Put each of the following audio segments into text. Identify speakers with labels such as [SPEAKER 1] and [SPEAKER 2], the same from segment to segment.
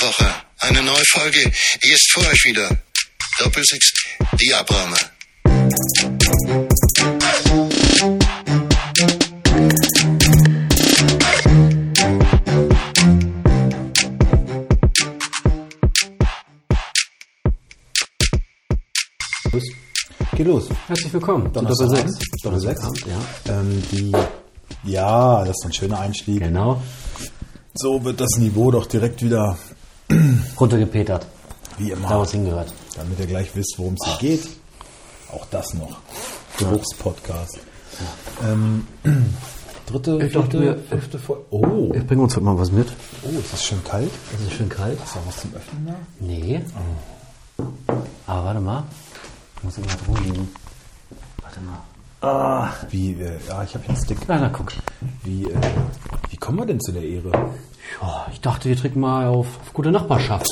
[SPEAKER 1] Woche eine neue Folge. Die ist für euch wieder. Doppelsechs Diabrame.
[SPEAKER 2] Los. Geh los.
[SPEAKER 3] Herzlich willkommen.
[SPEAKER 2] Doppel sechs. Doppel sechs.
[SPEAKER 3] Ja,
[SPEAKER 2] Ähm, die, ja, das ist ein schöner Einstieg.
[SPEAKER 3] genau.
[SPEAKER 2] So wird das Niveau doch direkt wieder
[SPEAKER 3] Runtergepetert.
[SPEAKER 2] wie
[SPEAKER 3] Da, wo
[SPEAKER 2] immer.
[SPEAKER 3] es hingehört.
[SPEAKER 2] Damit ihr gleich wisst, worum es hier geht. Auch das noch. Geruchspodcast. Ähm, dritte,
[SPEAKER 3] Ich dachte mir-
[SPEAKER 2] fünfte Folge. Oh,
[SPEAKER 3] Ich bringe uns heute mal was mit.
[SPEAKER 2] oh, ist das schön kalt?
[SPEAKER 3] Es ist schön kalt.
[SPEAKER 2] Ist da was zum Öffnen da?
[SPEAKER 3] Nee. Oh. Aber warte mal. Ich muss immer drum liegen. Warte mal.
[SPEAKER 2] Wie, äh, ja, ich habe hier einen Stick.
[SPEAKER 3] Na, na, guck.
[SPEAKER 2] Wie, äh, wie kommen wir denn zu der Ehre?
[SPEAKER 3] Ja, ich dachte, wir trinken mal auf, auf gute Nachbarschaft.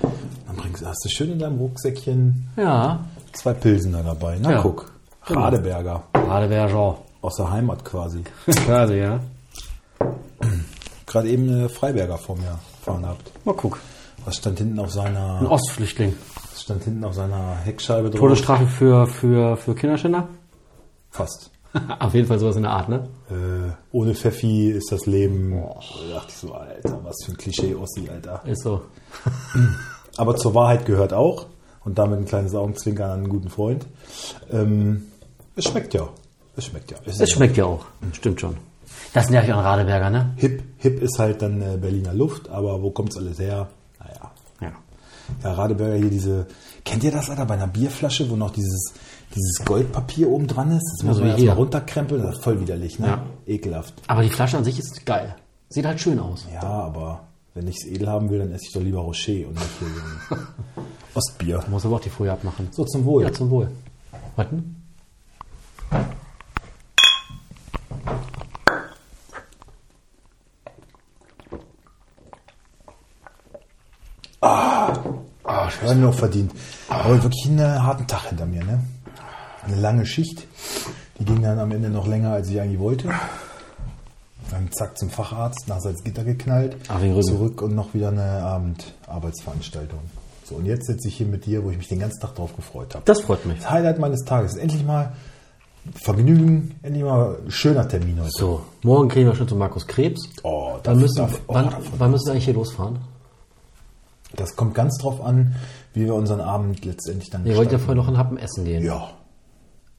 [SPEAKER 2] Dann bringst, hast du schön in deinem Rucksäckchen
[SPEAKER 3] Ja.
[SPEAKER 2] zwei Pilsener dabei. Na
[SPEAKER 3] Ja.
[SPEAKER 2] guck, Radeberger.
[SPEAKER 3] Gerade wäre ja
[SPEAKER 2] Aus der Heimat quasi.
[SPEAKER 3] Gerade, ja.
[SPEAKER 2] Gerade eben eine Freiberger vor mir fahren habt.
[SPEAKER 3] Mal guck.
[SPEAKER 2] Was stand hinten auf
[SPEAKER 3] Ein
[SPEAKER 2] seiner,
[SPEAKER 3] Ostflüchtling.
[SPEAKER 2] was stand hinten auf seiner Heckscheibe drauf?
[SPEAKER 3] Todesstrafe für, für, für Kinderschänder?
[SPEAKER 2] Fast.
[SPEAKER 3] auf jeden Fall sowas in der Art, ne?
[SPEAKER 2] Äh, ohne Pfeffi ist das Leben. Da dachte ich so, Alter, was für ein Klischee-Ossi, Alter.
[SPEAKER 3] Ist so.
[SPEAKER 2] Aber zur Wahrheit gehört auch. Und damit ein kleines Augenzwinkern an einen guten Freund. Ähm, es schmeckt ja. Es schmeckt ja. Es
[SPEAKER 3] Es
[SPEAKER 2] ist
[SPEAKER 3] schmeckt ja auch. Stimmt schon. Das nervt ja an Radeberger, ne?
[SPEAKER 2] hip. Hip ist halt dann äh, Berliner Luft, aber wo kommt's alles her? Naja.
[SPEAKER 3] Ja.
[SPEAKER 2] Ja, Radeberger hier diese. Kennt ihr das, Alter, bei einer Bierflasche, wo noch dieses, dieses Goldpapier oben dran ist? Das muss man
[SPEAKER 3] so Also wie
[SPEAKER 2] erstmal
[SPEAKER 3] hier.
[SPEAKER 2] runterkrempeln. Das ist voll widerlich, ne?
[SPEAKER 3] Ja.
[SPEAKER 2] Ekelhaft.
[SPEAKER 3] Aber die Flasche an sich ist geil. Sieht halt schön aus.
[SPEAKER 2] Ja, aber wenn ich's edel haben will, dann esse ich doch lieber Rocher und nicht hier so ein Ostbier.
[SPEAKER 3] Muss aber auch die Folie abmachen.
[SPEAKER 2] So, zum Wohl.
[SPEAKER 3] Ja, zum Wohl. Warten.
[SPEAKER 2] Ah, das haben wir auch verdient. Aber wirklich einen äh, harten Tag hinter mir, ne? Eine lange Schicht. Die ging dann am Ende noch länger, als ich eigentlich wollte. Dann zack zum Facharzt, nach Salzgitter geknallt.
[SPEAKER 3] Ach, wegen Rücken.
[SPEAKER 2] Zurück und noch wieder eine Abendarbeitsveranstaltung. So, und jetzt sitze ich hier mit dir, wo ich mich den ganzen Tag drauf gefreut habe.
[SPEAKER 3] Das freut mich.
[SPEAKER 2] Das Highlight meines Tages. Endlich mal Vergnügen, endlich mal ein schöner Termin heute.
[SPEAKER 3] So, morgen kriegen wir schon zu Markus Krebs.
[SPEAKER 2] Oh,
[SPEAKER 3] Dann müssen,
[SPEAKER 2] darf- oh,
[SPEAKER 3] wann,
[SPEAKER 2] davon-
[SPEAKER 3] wann müssen wir eigentlich hier losfahren?
[SPEAKER 2] Das kommt ganz drauf an, wie wir unseren Abend letztendlich dann
[SPEAKER 3] Wir wollten ja
[SPEAKER 2] gestalten.
[SPEAKER 3] vorher noch in Happen essen gehen.
[SPEAKER 2] Ja.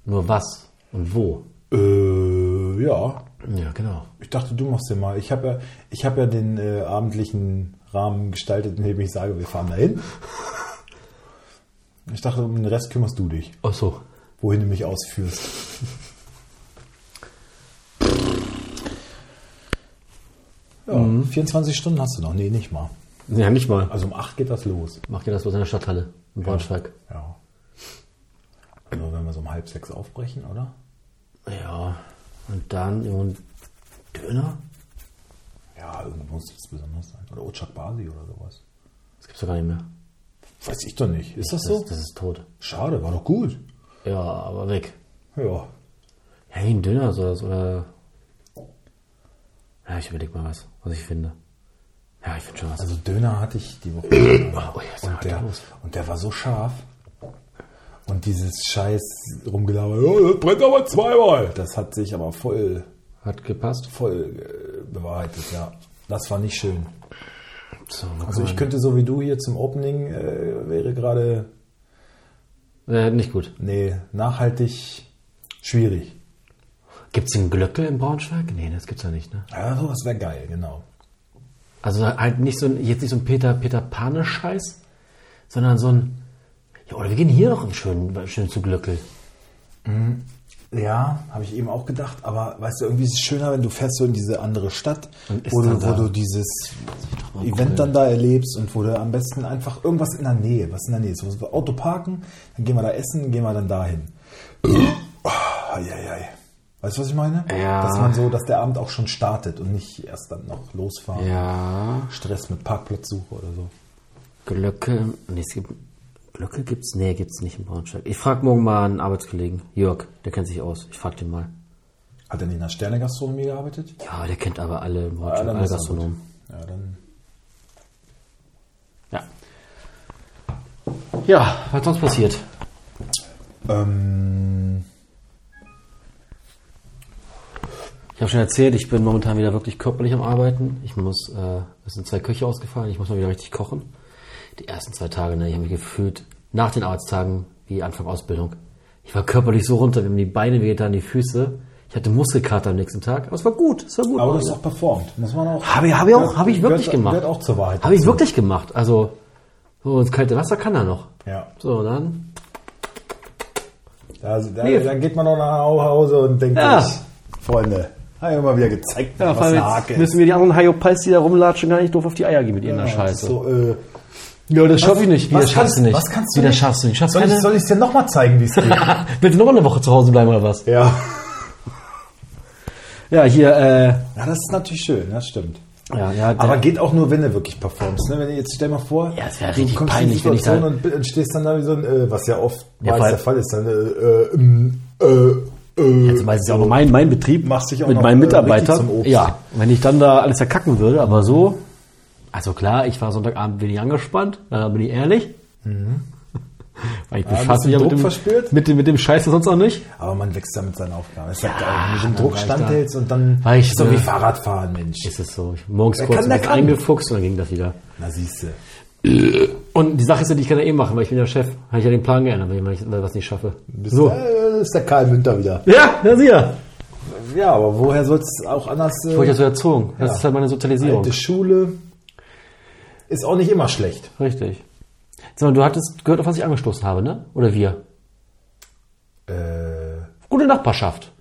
[SPEAKER 3] Nur was und wo.
[SPEAKER 2] Äh, ja.
[SPEAKER 3] Ja, genau.
[SPEAKER 2] Ich dachte, du machst ja mal. Ich habe ja, ich hab ja den äh, abendlichen Rahmen gestaltet, indem ich sage, wir fahren dahin. Ich dachte, um den Rest kümmerst du dich,
[SPEAKER 3] Ach so.
[SPEAKER 2] wohin du mich ausführst. Ja, 24 Stunden hast du noch. Nee, nicht mal.
[SPEAKER 3] Ja, nicht mal.
[SPEAKER 2] Also um 8 geht das los.
[SPEAKER 3] Macht ihr das bloß in der Stadthalle in Braunschweig?
[SPEAKER 2] Ja. Also wenn wir so um halb sechs aufbrechen, oder?
[SPEAKER 3] Ja. Und dann irgendein Döner?
[SPEAKER 2] Ja, irgendwo muss es besonders sein. Oder Ochak Basi oder sowas.
[SPEAKER 3] Das gibt's doch gar nicht mehr.
[SPEAKER 2] Weiß ich doch nicht. Ist das
[SPEAKER 3] Das,
[SPEAKER 2] so?
[SPEAKER 3] das ist tot.
[SPEAKER 2] Schade, war doch gut.
[SPEAKER 3] Ja, aber weg.
[SPEAKER 2] Ja.
[SPEAKER 3] Ja, ein Döner oder sowas oder. Ja, ich überleg mal was, was ich finde. Ja, ich finde schon was.
[SPEAKER 2] Also Döner hatte ich die Woche. Oh,
[SPEAKER 3] Äh, ja, ist
[SPEAKER 2] und,
[SPEAKER 3] hart
[SPEAKER 2] der,
[SPEAKER 3] los.
[SPEAKER 2] und der war so scharf. Und dieses scheiß Rumgelaber, ja, das brennt aber zweimal. Das hat sich aber voll,
[SPEAKER 3] Hat gepasst.
[SPEAKER 2] voll äh, bewahrheitet, ja. Das war nicht schön.
[SPEAKER 3] So,
[SPEAKER 2] Also ich
[SPEAKER 3] könnte.
[SPEAKER 2] könnte so wie du hier zum Opening, äh, wäre gerade,
[SPEAKER 3] Äh, nicht gut.
[SPEAKER 2] nee, nachhaltig schwierig.
[SPEAKER 3] Gibt's den Glöckel in Braunschweig? Nee, das gibt's ja nicht, ne?
[SPEAKER 2] Ja, sowas wäre geil, genau.
[SPEAKER 3] Also halt nicht so ein, jetzt nicht so ein Peter, Peter Pane-Scheiß, sondern so ein. Ja, oder wir gehen hier noch schön, schön zu Glöckel.
[SPEAKER 2] Ja, habe ich eben auch gedacht, aber weißt du, irgendwie ist es schöner, wenn du fährst so in diese andere Stadt,
[SPEAKER 3] Und ist
[SPEAKER 2] wo
[SPEAKER 3] dann
[SPEAKER 2] du, wo
[SPEAKER 3] da.
[SPEAKER 2] du dieses Event dann da erlebst und wo du am besten einfach irgendwas in der Nähe, was in der Nähe ist. Wo wir Auto parken, dann gehen wir da essen, gehen wir dann dahin. Ah, Eieiei. Weißt du, was ich meine?
[SPEAKER 3] Ja.
[SPEAKER 2] Dass man so, dass der Abend auch schon startet und nicht erst dann noch losfahren.
[SPEAKER 3] Ja.
[SPEAKER 2] Stress mit Parkplatzsuche oder so.
[SPEAKER 3] Glöckel. Nee, es gibt. Glöckel gibt's? Nee, gibt's nicht in Braunschweig. Ich frag morgen mal einen Arbeitskollegen. Jörg, der kennt sich aus. Ich frag den mal.
[SPEAKER 2] Hat er nicht in der Sterne-Gastronomie gearbeitet?
[SPEAKER 3] Ja, der kennt aber alle in
[SPEAKER 2] Ja,
[SPEAKER 3] Braunschweig,
[SPEAKER 2] dann
[SPEAKER 3] alle
[SPEAKER 2] ist er gut.
[SPEAKER 3] Gastronomen.
[SPEAKER 2] Ja, dann
[SPEAKER 3] Ja, was sonst passiert?
[SPEAKER 2] Ähm,
[SPEAKER 3] Ich habe schon erzählt, ich bin momentan wieder wirklich körperlich am Arbeiten. Ich muss, äh, es sind zwei Köche ausgefallen, ich muss mal wieder richtig kochen. Die ersten zwei Tage, ne, ich habe mich gefühlt nach den Arbeitstagen wie Anfang Ausbildung. Ich war körperlich so runter, wir haben die Beine wehgetan, die Füße. Ich hatte Muskelkater am nächsten Tag, aber es war gut, es war gut.
[SPEAKER 2] aber das ist auch performt. Muss man auch.
[SPEAKER 3] Habe ich, habe ich auch,
[SPEAKER 2] Gehört-
[SPEAKER 3] habe ich wirklich
[SPEAKER 2] gehört,
[SPEAKER 3] gemacht.
[SPEAKER 2] Gehört auch zur Wahrheit.
[SPEAKER 3] Habe ich
[SPEAKER 2] dazu.
[SPEAKER 3] wirklich gemacht. Also, so ins kalte Wasser kann er noch.
[SPEAKER 2] Ja.
[SPEAKER 3] So, dann.
[SPEAKER 2] Da, Also, da, Dann geht man doch nach Hause und denkt
[SPEAKER 3] Ja.
[SPEAKER 2] sich, Freunde, habe ich mal wieder gezeigt, was eine Hake ist.
[SPEAKER 3] müssen wir die anderen Hayopals, die da rumlatschen, gar nicht doof auf die Eier gehen mit ihrer
[SPEAKER 2] Ja, das
[SPEAKER 3] Scheiße.
[SPEAKER 2] ist So, äh,
[SPEAKER 3] Ja,
[SPEAKER 2] was-
[SPEAKER 3] das schaffe ich nicht. Wie,
[SPEAKER 2] was
[SPEAKER 3] das schaffst
[SPEAKER 2] kannst-
[SPEAKER 3] du nicht.
[SPEAKER 2] Was kannst du
[SPEAKER 3] Wie, das
[SPEAKER 2] nicht?
[SPEAKER 3] schaffst du nicht. Schaffst
[SPEAKER 2] soll
[SPEAKER 3] keine...
[SPEAKER 2] ich, soll ich dir nochmal zeigen, wie es geht?
[SPEAKER 3] Willst du noch mal eine Woche zu Hause bleiben oder was?
[SPEAKER 2] ja.
[SPEAKER 3] Ja, hier, äh...
[SPEAKER 2] Ja, das ist natürlich schön, das stimmt.
[SPEAKER 3] Ja, ja,
[SPEAKER 2] Aber
[SPEAKER 3] der-
[SPEAKER 2] geht auch nur, wenn du wirklich performst. Ne? Wenn du jetzt stell mal vor,
[SPEAKER 3] Ja, es wär
[SPEAKER 2] du
[SPEAKER 3] richtig
[SPEAKER 2] kommst in die
[SPEAKER 3] peinlich, wenn ich
[SPEAKER 2] Situation
[SPEAKER 3] da-
[SPEAKER 2] und, bi- und stehst dann da wie so ein, äh, was ja oft meist
[SPEAKER 3] Ja, vor
[SPEAKER 2] der
[SPEAKER 3] allem-
[SPEAKER 2] Fall ist, dann äh, äh, äh, äh,
[SPEAKER 3] Also meistens auch mein, mein Betrieb
[SPEAKER 2] Machst dich auch
[SPEAKER 3] mit
[SPEAKER 2] noch,
[SPEAKER 3] meinen
[SPEAKER 2] äh,
[SPEAKER 3] Mitarbeitern.
[SPEAKER 2] richtig zum Obst.
[SPEAKER 3] Ja, wenn ich dann da alles verkacken würde, aber so... Also klar, ich war Sonntagabend wenig angespannt, da bin ich ehrlich. Weil ich
[SPEAKER 2] bisschen
[SPEAKER 3] befasse mich Mhm. ja
[SPEAKER 2] Druck
[SPEAKER 3] mit dem,
[SPEAKER 2] verspürt?
[SPEAKER 3] mit, dem, mit dem Scheiß sonst auch nicht.
[SPEAKER 2] aber man wächst damit seinen Aufgaben. Es ist ja, geil, wenn du so
[SPEAKER 3] dann
[SPEAKER 2] einen Druck
[SPEAKER 3] war ich da.
[SPEAKER 2] standhältst und dann
[SPEAKER 3] War ich
[SPEAKER 2] so
[SPEAKER 3] so-
[SPEAKER 2] wie Fahrradfahren, Mensch.
[SPEAKER 3] Ist es so. Ich morgens
[SPEAKER 2] Wer
[SPEAKER 3] kurz
[SPEAKER 2] kann,
[SPEAKER 3] ein
[SPEAKER 2] der
[SPEAKER 3] bisschen
[SPEAKER 2] kann.
[SPEAKER 3] eingefuchst und dann ging das wieder.
[SPEAKER 2] Na siehste.
[SPEAKER 3] Und die Sache ist ja, die ich kann ja eh machen, weil ich bin der Chef. Habe ich ja den Plan geändert, wenn ich was nicht schaffe.
[SPEAKER 2] Bist, äh, ist der Karl Münter wieder.
[SPEAKER 3] Ja, das ist ja.
[SPEAKER 2] Ja, aber woher soll es auch anders? Äh,
[SPEAKER 3] Ich wurde ja so erzogen. Das ist halt meine Sozialisierung.
[SPEAKER 2] alte Schule ist auch nicht immer schlecht.
[SPEAKER 3] Richtig. Sag mal, du hattest gehört, auf was ich angestoßen habe, ne? Oder wir?
[SPEAKER 2] Äh,
[SPEAKER 3] Gute Nachbarschaft.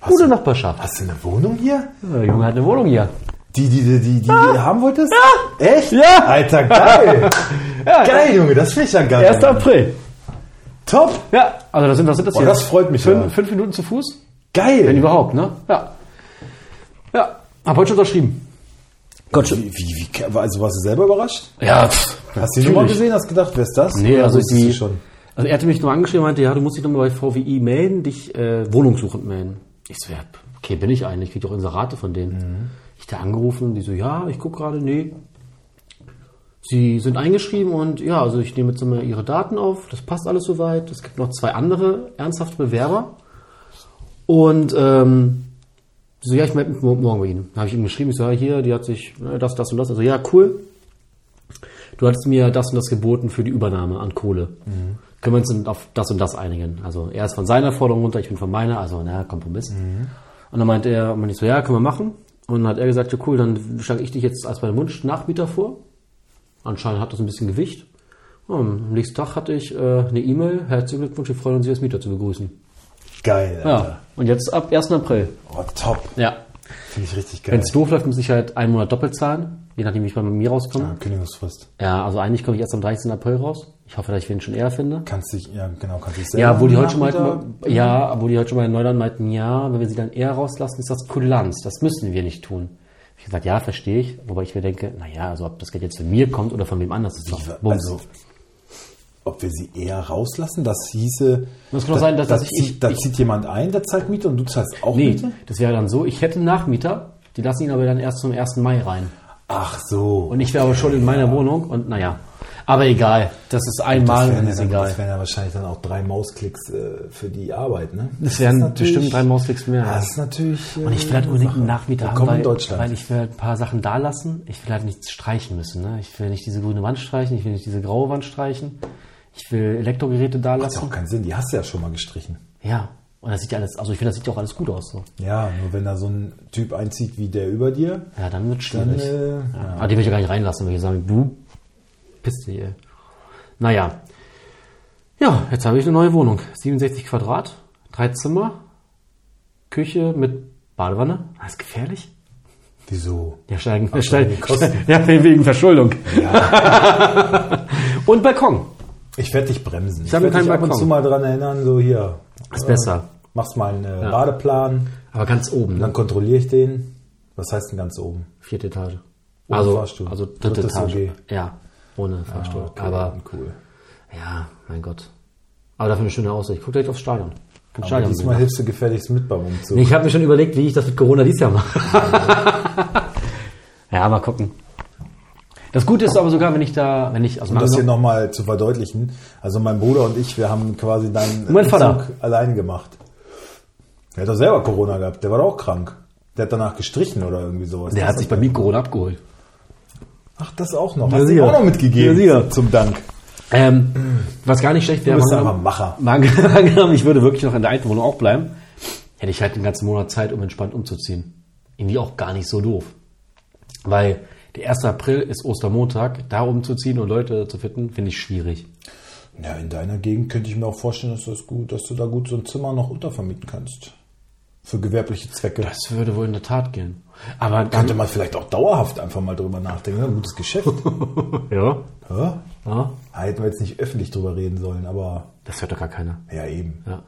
[SPEAKER 2] Hast
[SPEAKER 3] Gute
[SPEAKER 2] du-
[SPEAKER 3] Nachbarschaft.
[SPEAKER 2] hast du eine Wohnung hier?
[SPEAKER 3] Der Junge hat eine Wohnung hier.
[SPEAKER 2] Die, die, die, die, die du haben wolltest? Ja. Echt?
[SPEAKER 3] Ja.
[SPEAKER 2] Alter, geil.
[SPEAKER 3] Ja,
[SPEAKER 2] geil, Junge, das finde ich ja geil.
[SPEAKER 3] 1. April.
[SPEAKER 2] Top.
[SPEAKER 3] Ja, also das sind, was sind das
[SPEAKER 2] Boah,
[SPEAKER 3] hier?
[SPEAKER 2] das freut mich,
[SPEAKER 3] Fünf,
[SPEAKER 2] ja.
[SPEAKER 3] fünf Minuten zu Fuß? Wenn
[SPEAKER 2] Geil.
[SPEAKER 3] überhaupt, ne? Ja. Ja. Hab heute schon unterschrieben. Gott,
[SPEAKER 2] Wie, wie, wie, also warst du selber überrascht?
[SPEAKER 3] Ja, pff,
[SPEAKER 2] Hast du die Nummer
[SPEAKER 3] natürlich.
[SPEAKER 2] gesehen, hast gedacht, wer ist das?
[SPEAKER 3] Nee,
[SPEAKER 2] Oder
[SPEAKER 3] also
[SPEAKER 2] wusstest
[SPEAKER 3] die,
[SPEAKER 2] du schon.
[SPEAKER 3] also er hatte mich nur angeschrieben und meinte, ja, du musst dich nochmal bei VWI melden, dich äh, wohnungssuchend melden. Ich so, ja, okay, bin ich eigentlich, krieg ich auch Inserate von denen. Ich da angerufen, die so, ja, ich guck gerade, nee. Sie sind eingeschrieben und ja, also ich nehme jetzt nochmal ihre Daten auf, das passt alles soweit. Es gibt noch zwei andere ernsthafte Bewerber. Und ähm, die so, ja, ich melde mich mo- morgen bei Ihnen. Da habe ich ihm geschrieben, ich so, ja, hier, die hat sich ne, das, das und das. Also, ja, cool. Du hattest mir das und das geboten für die Übernahme an Kohle. Können wir uns dann auf das und das einigen? Also er ist von seiner Forderung runter, ich bin von meiner, also na Kompromiss. Und dann meinte er, und ich so, ja, können wir machen. Und dann hat er gesagt, ja cool, dann schlage ich dich jetzt als meinen Wunsch-Nachmieter vor. Anscheinend hat das ein bisschen Gewicht. Ja, am nächsten Tag hatte ich äh, eine E-Mail, herzlichen Glückwunsch, wir freuen uns, Sie als Mieter zu begrüßen.
[SPEAKER 2] Geil, Alter.
[SPEAKER 3] Ja, und jetzt ab 1. April.
[SPEAKER 2] Oh, top.
[SPEAKER 3] Ja.
[SPEAKER 2] Finde ich richtig geil.
[SPEAKER 3] Wenn es doof läuft, muss ich halt einen Monat doppelt zahlen, je nachdem, wie ich bei mir rauskomme.
[SPEAKER 2] ja, Kündigungsfrist.
[SPEAKER 3] Ja, also eigentlich komme ich erst am 13. April raus. Ich hoffe, dass ich wen schon eher finde.
[SPEAKER 2] Kannst dich, ja, genau, kannst dich selber.
[SPEAKER 3] Ja, wo die heute schon
[SPEAKER 2] Nachmieter-
[SPEAKER 3] meinten, ja, wo die heute schon mal in Neuland meinten, ja, wenn wir sie dann eher rauslassen, ist das Kulanz. Das müssen wir nicht tun. Ich gesagt, ja, verstehe ich, wobei ich mir denke, naja, also ob das Geld jetzt von mir kommt oder von wem anders ist. doch Bums.
[SPEAKER 2] Also, ob wir sie eher rauslassen, das hieße.
[SPEAKER 3] Das kann doch sein, dass-
[SPEAKER 2] da,
[SPEAKER 3] dass ich-
[SPEAKER 2] zieht, da
[SPEAKER 3] ich-
[SPEAKER 2] zieht jemand ein, der zahlt Miete und du zahlst auch
[SPEAKER 3] nee,
[SPEAKER 2] Miete?
[SPEAKER 3] das wäre dann so, ich hätte einen Nachmieter, die lassen ihn aber dann erst zum 1. Mai rein.
[SPEAKER 2] Ach so.
[SPEAKER 3] Und ich wäre aber schon in meiner Wohnung und naja. Aber egal, das ist
[SPEAKER 2] das
[SPEAKER 3] einmal und
[SPEAKER 2] wären, ja
[SPEAKER 3] ist
[SPEAKER 2] dann,
[SPEAKER 3] egal.
[SPEAKER 2] das wären ja wahrscheinlich dann auch drei Mausklicks äh, für die Arbeit, ne?
[SPEAKER 3] Das wären
[SPEAKER 2] ist natürlich-
[SPEAKER 3] bestimmt drei Mausklicks mehr.
[SPEAKER 2] Ja, Das ist natürlich. äh,
[SPEAKER 3] Und ich will halt unbedingt einen Nachmieter haben,
[SPEAKER 2] Willkommen
[SPEAKER 3] weil,
[SPEAKER 2] in Deutschland.
[SPEAKER 3] weil ich will halt ein paar Sachen da lassen. Ich will halt nichts streichen müssen. Ne? Ich will nicht diese grüne Wand streichen, ich will nicht diese graue Wand streichen. Ich will Elektrogeräte da
[SPEAKER 2] das hat auch
[SPEAKER 3] lassen.
[SPEAKER 2] keinen Sinn, die hast du ja schon mal gestrichen.
[SPEAKER 3] Ja, und das sieht ja alles, also ich finde, das sieht ja auch alles gut aus. So.
[SPEAKER 2] Ja, nur wenn da so ein Typ einzieht wie der über dir,
[SPEAKER 3] Ja, dann wird
[SPEAKER 2] dann.
[SPEAKER 3] schwierig.
[SPEAKER 2] Äh, ja.
[SPEAKER 3] Aber die will ich ja gar nicht reinlassen, weil ich sagen, du pisst dich, ey. Naja. Ja, jetzt habe ich eine neue Wohnung. 67 Quadrat, drei Zimmer, Küche mit Badewanne. Das ist gefährlich.
[SPEAKER 2] Wieso?
[SPEAKER 3] Ja, steigen,
[SPEAKER 2] wegen
[SPEAKER 3] steigen,
[SPEAKER 2] den Kosten.
[SPEAKER 3] ja, wegen Verschuldung. und Balkon.
[SPEAKER 2] Ich werde dich bremsen. Ich,
[SPEAKER 3] habe
[SPEAKER 2] werd
[SPEAKER 3] keinen
[SPEAKER 2] dich ab und
[SPEAKER 3] Balkon.
[SPEAKER 2] zu mal dran erinnern, so hier.
[SPEAKER 3] Ist besser.
[SPEAKER 2] Machst mal einen äh, Badeplan,
[SPEAKER 3] Aber ganz oben, ne?
[SPEAKER 2] dann kontrolliere ich den. Was heißt denn ganz oben?
[SPEAKER 3] Vierte Etage.
[SPEAKER 2] Ohne
[SPEAKER 3] also,
[SPEAKER 2] Fahrstuhl.
[SPEAKER 3] also dritte
[SPEAKER 2] Drittes
[SPEAKER 3] Etage.
[SPEAKER 2] OG.
[SPEAKER 3] Ja, ohne Fahrstuhl.
[SPEAKER 2] Okay,
[SPEAKER 3] Aber,
[SPEAKER 2] cool.
[SPEAKER 3] ja, mein Gott. Aber dafür eine schöne Aussicht. Guck direkt aufs Stadion. Kann
[SPEAKER 2] Aber
[SPEAKER 3] Stadion
[SPEAKER 2] diesmal
[SPEAKER 3] sehen.
[SPEAKER 2] hilfst du gefälligst mit beim Umzug.
[SPEAKER 3] Nee, ich habe mir schon überlegt, wie ich das mit Corona dieses Jahr mache. ja, mal gucken. Das Gute ist aber sogar, wenn ich da, wenn ich, also
[SPEAKER 2] Um das hier nochmal zu verdeutlichen. Also mein Bruder und ich, wir haben quasi deinen
[SPEAKER 3] Mein Vater.
[SPEAKER 2] Umzug allein gemacht. Er hat doch selber Corona gehabt. Der war doch auch krank. Der hat danach gestrichen oder irgendwie sowas.
[SPEAKER 3] der
[SPEAKER 2] Das
[SPEAKER 3] hat sich bei mir Corona abgeholt.
[SPEAKER 2] Ach, das auch noch.
[SPEAKER 3] Ja,
[SPEAKER 2] Hast du ihm
[SPEAKER 3] sicher.
[SPEAKER 2] auch noch mitgegeben.
[SPEAKER 3] Ja, sicher.
[SPEAKER 2] Zum Dank.
[SPEAKER 3] Ähm, was gar nicht schlecht wäre,
[SPEAKER 2] Du bist
[SPEAKER 3] mal
[SPEAKER 2] aber
[SPEAKER 3] angenommen-
[SPEAKER 2] Macher.
[SPEAKER 3] mal ange- angenommen, ich würde wirklich noch in der alten Wohnung auch bleiben, hätte ich halt den ganzen Monat Zeit, um entspannt umzuziehen. Irgendwie auch gar nicht so doof. Weil der 1. April ist Ostermontag, da umzuziehen und Leute zu finden, finde ich schwierig.
[SPEAKER 2] Ja, in deiner Gegend könnte ich mir auch vorstellen, dass, das gut, dass du da gut so ein Zimmer noch untervermieten kannst. Für gewerbliche Zwecke.
[SPEAKER 3] Das würde wohl in der Tat gehen. Aber
[SPEAKER 2] könnte
[SPEAKER 3] dann,
[SPEAKER 2] man vielleicht auch dauerhaft einfach mal drüber nachdenken. Ein gutes Geschäft.
[SPEAKER 3] ja,
[SPEAKER 2] ja?
[SPEAKER 3] ja,
[SPEAKER 2] Da hätten wir jetzt nicht öffentlich drüber reden sollen, aber
[SPEAKER 3] das hört doch gar keiner.
[SPEAKER 2] ja eben.
[SPEAKER 3] Ja.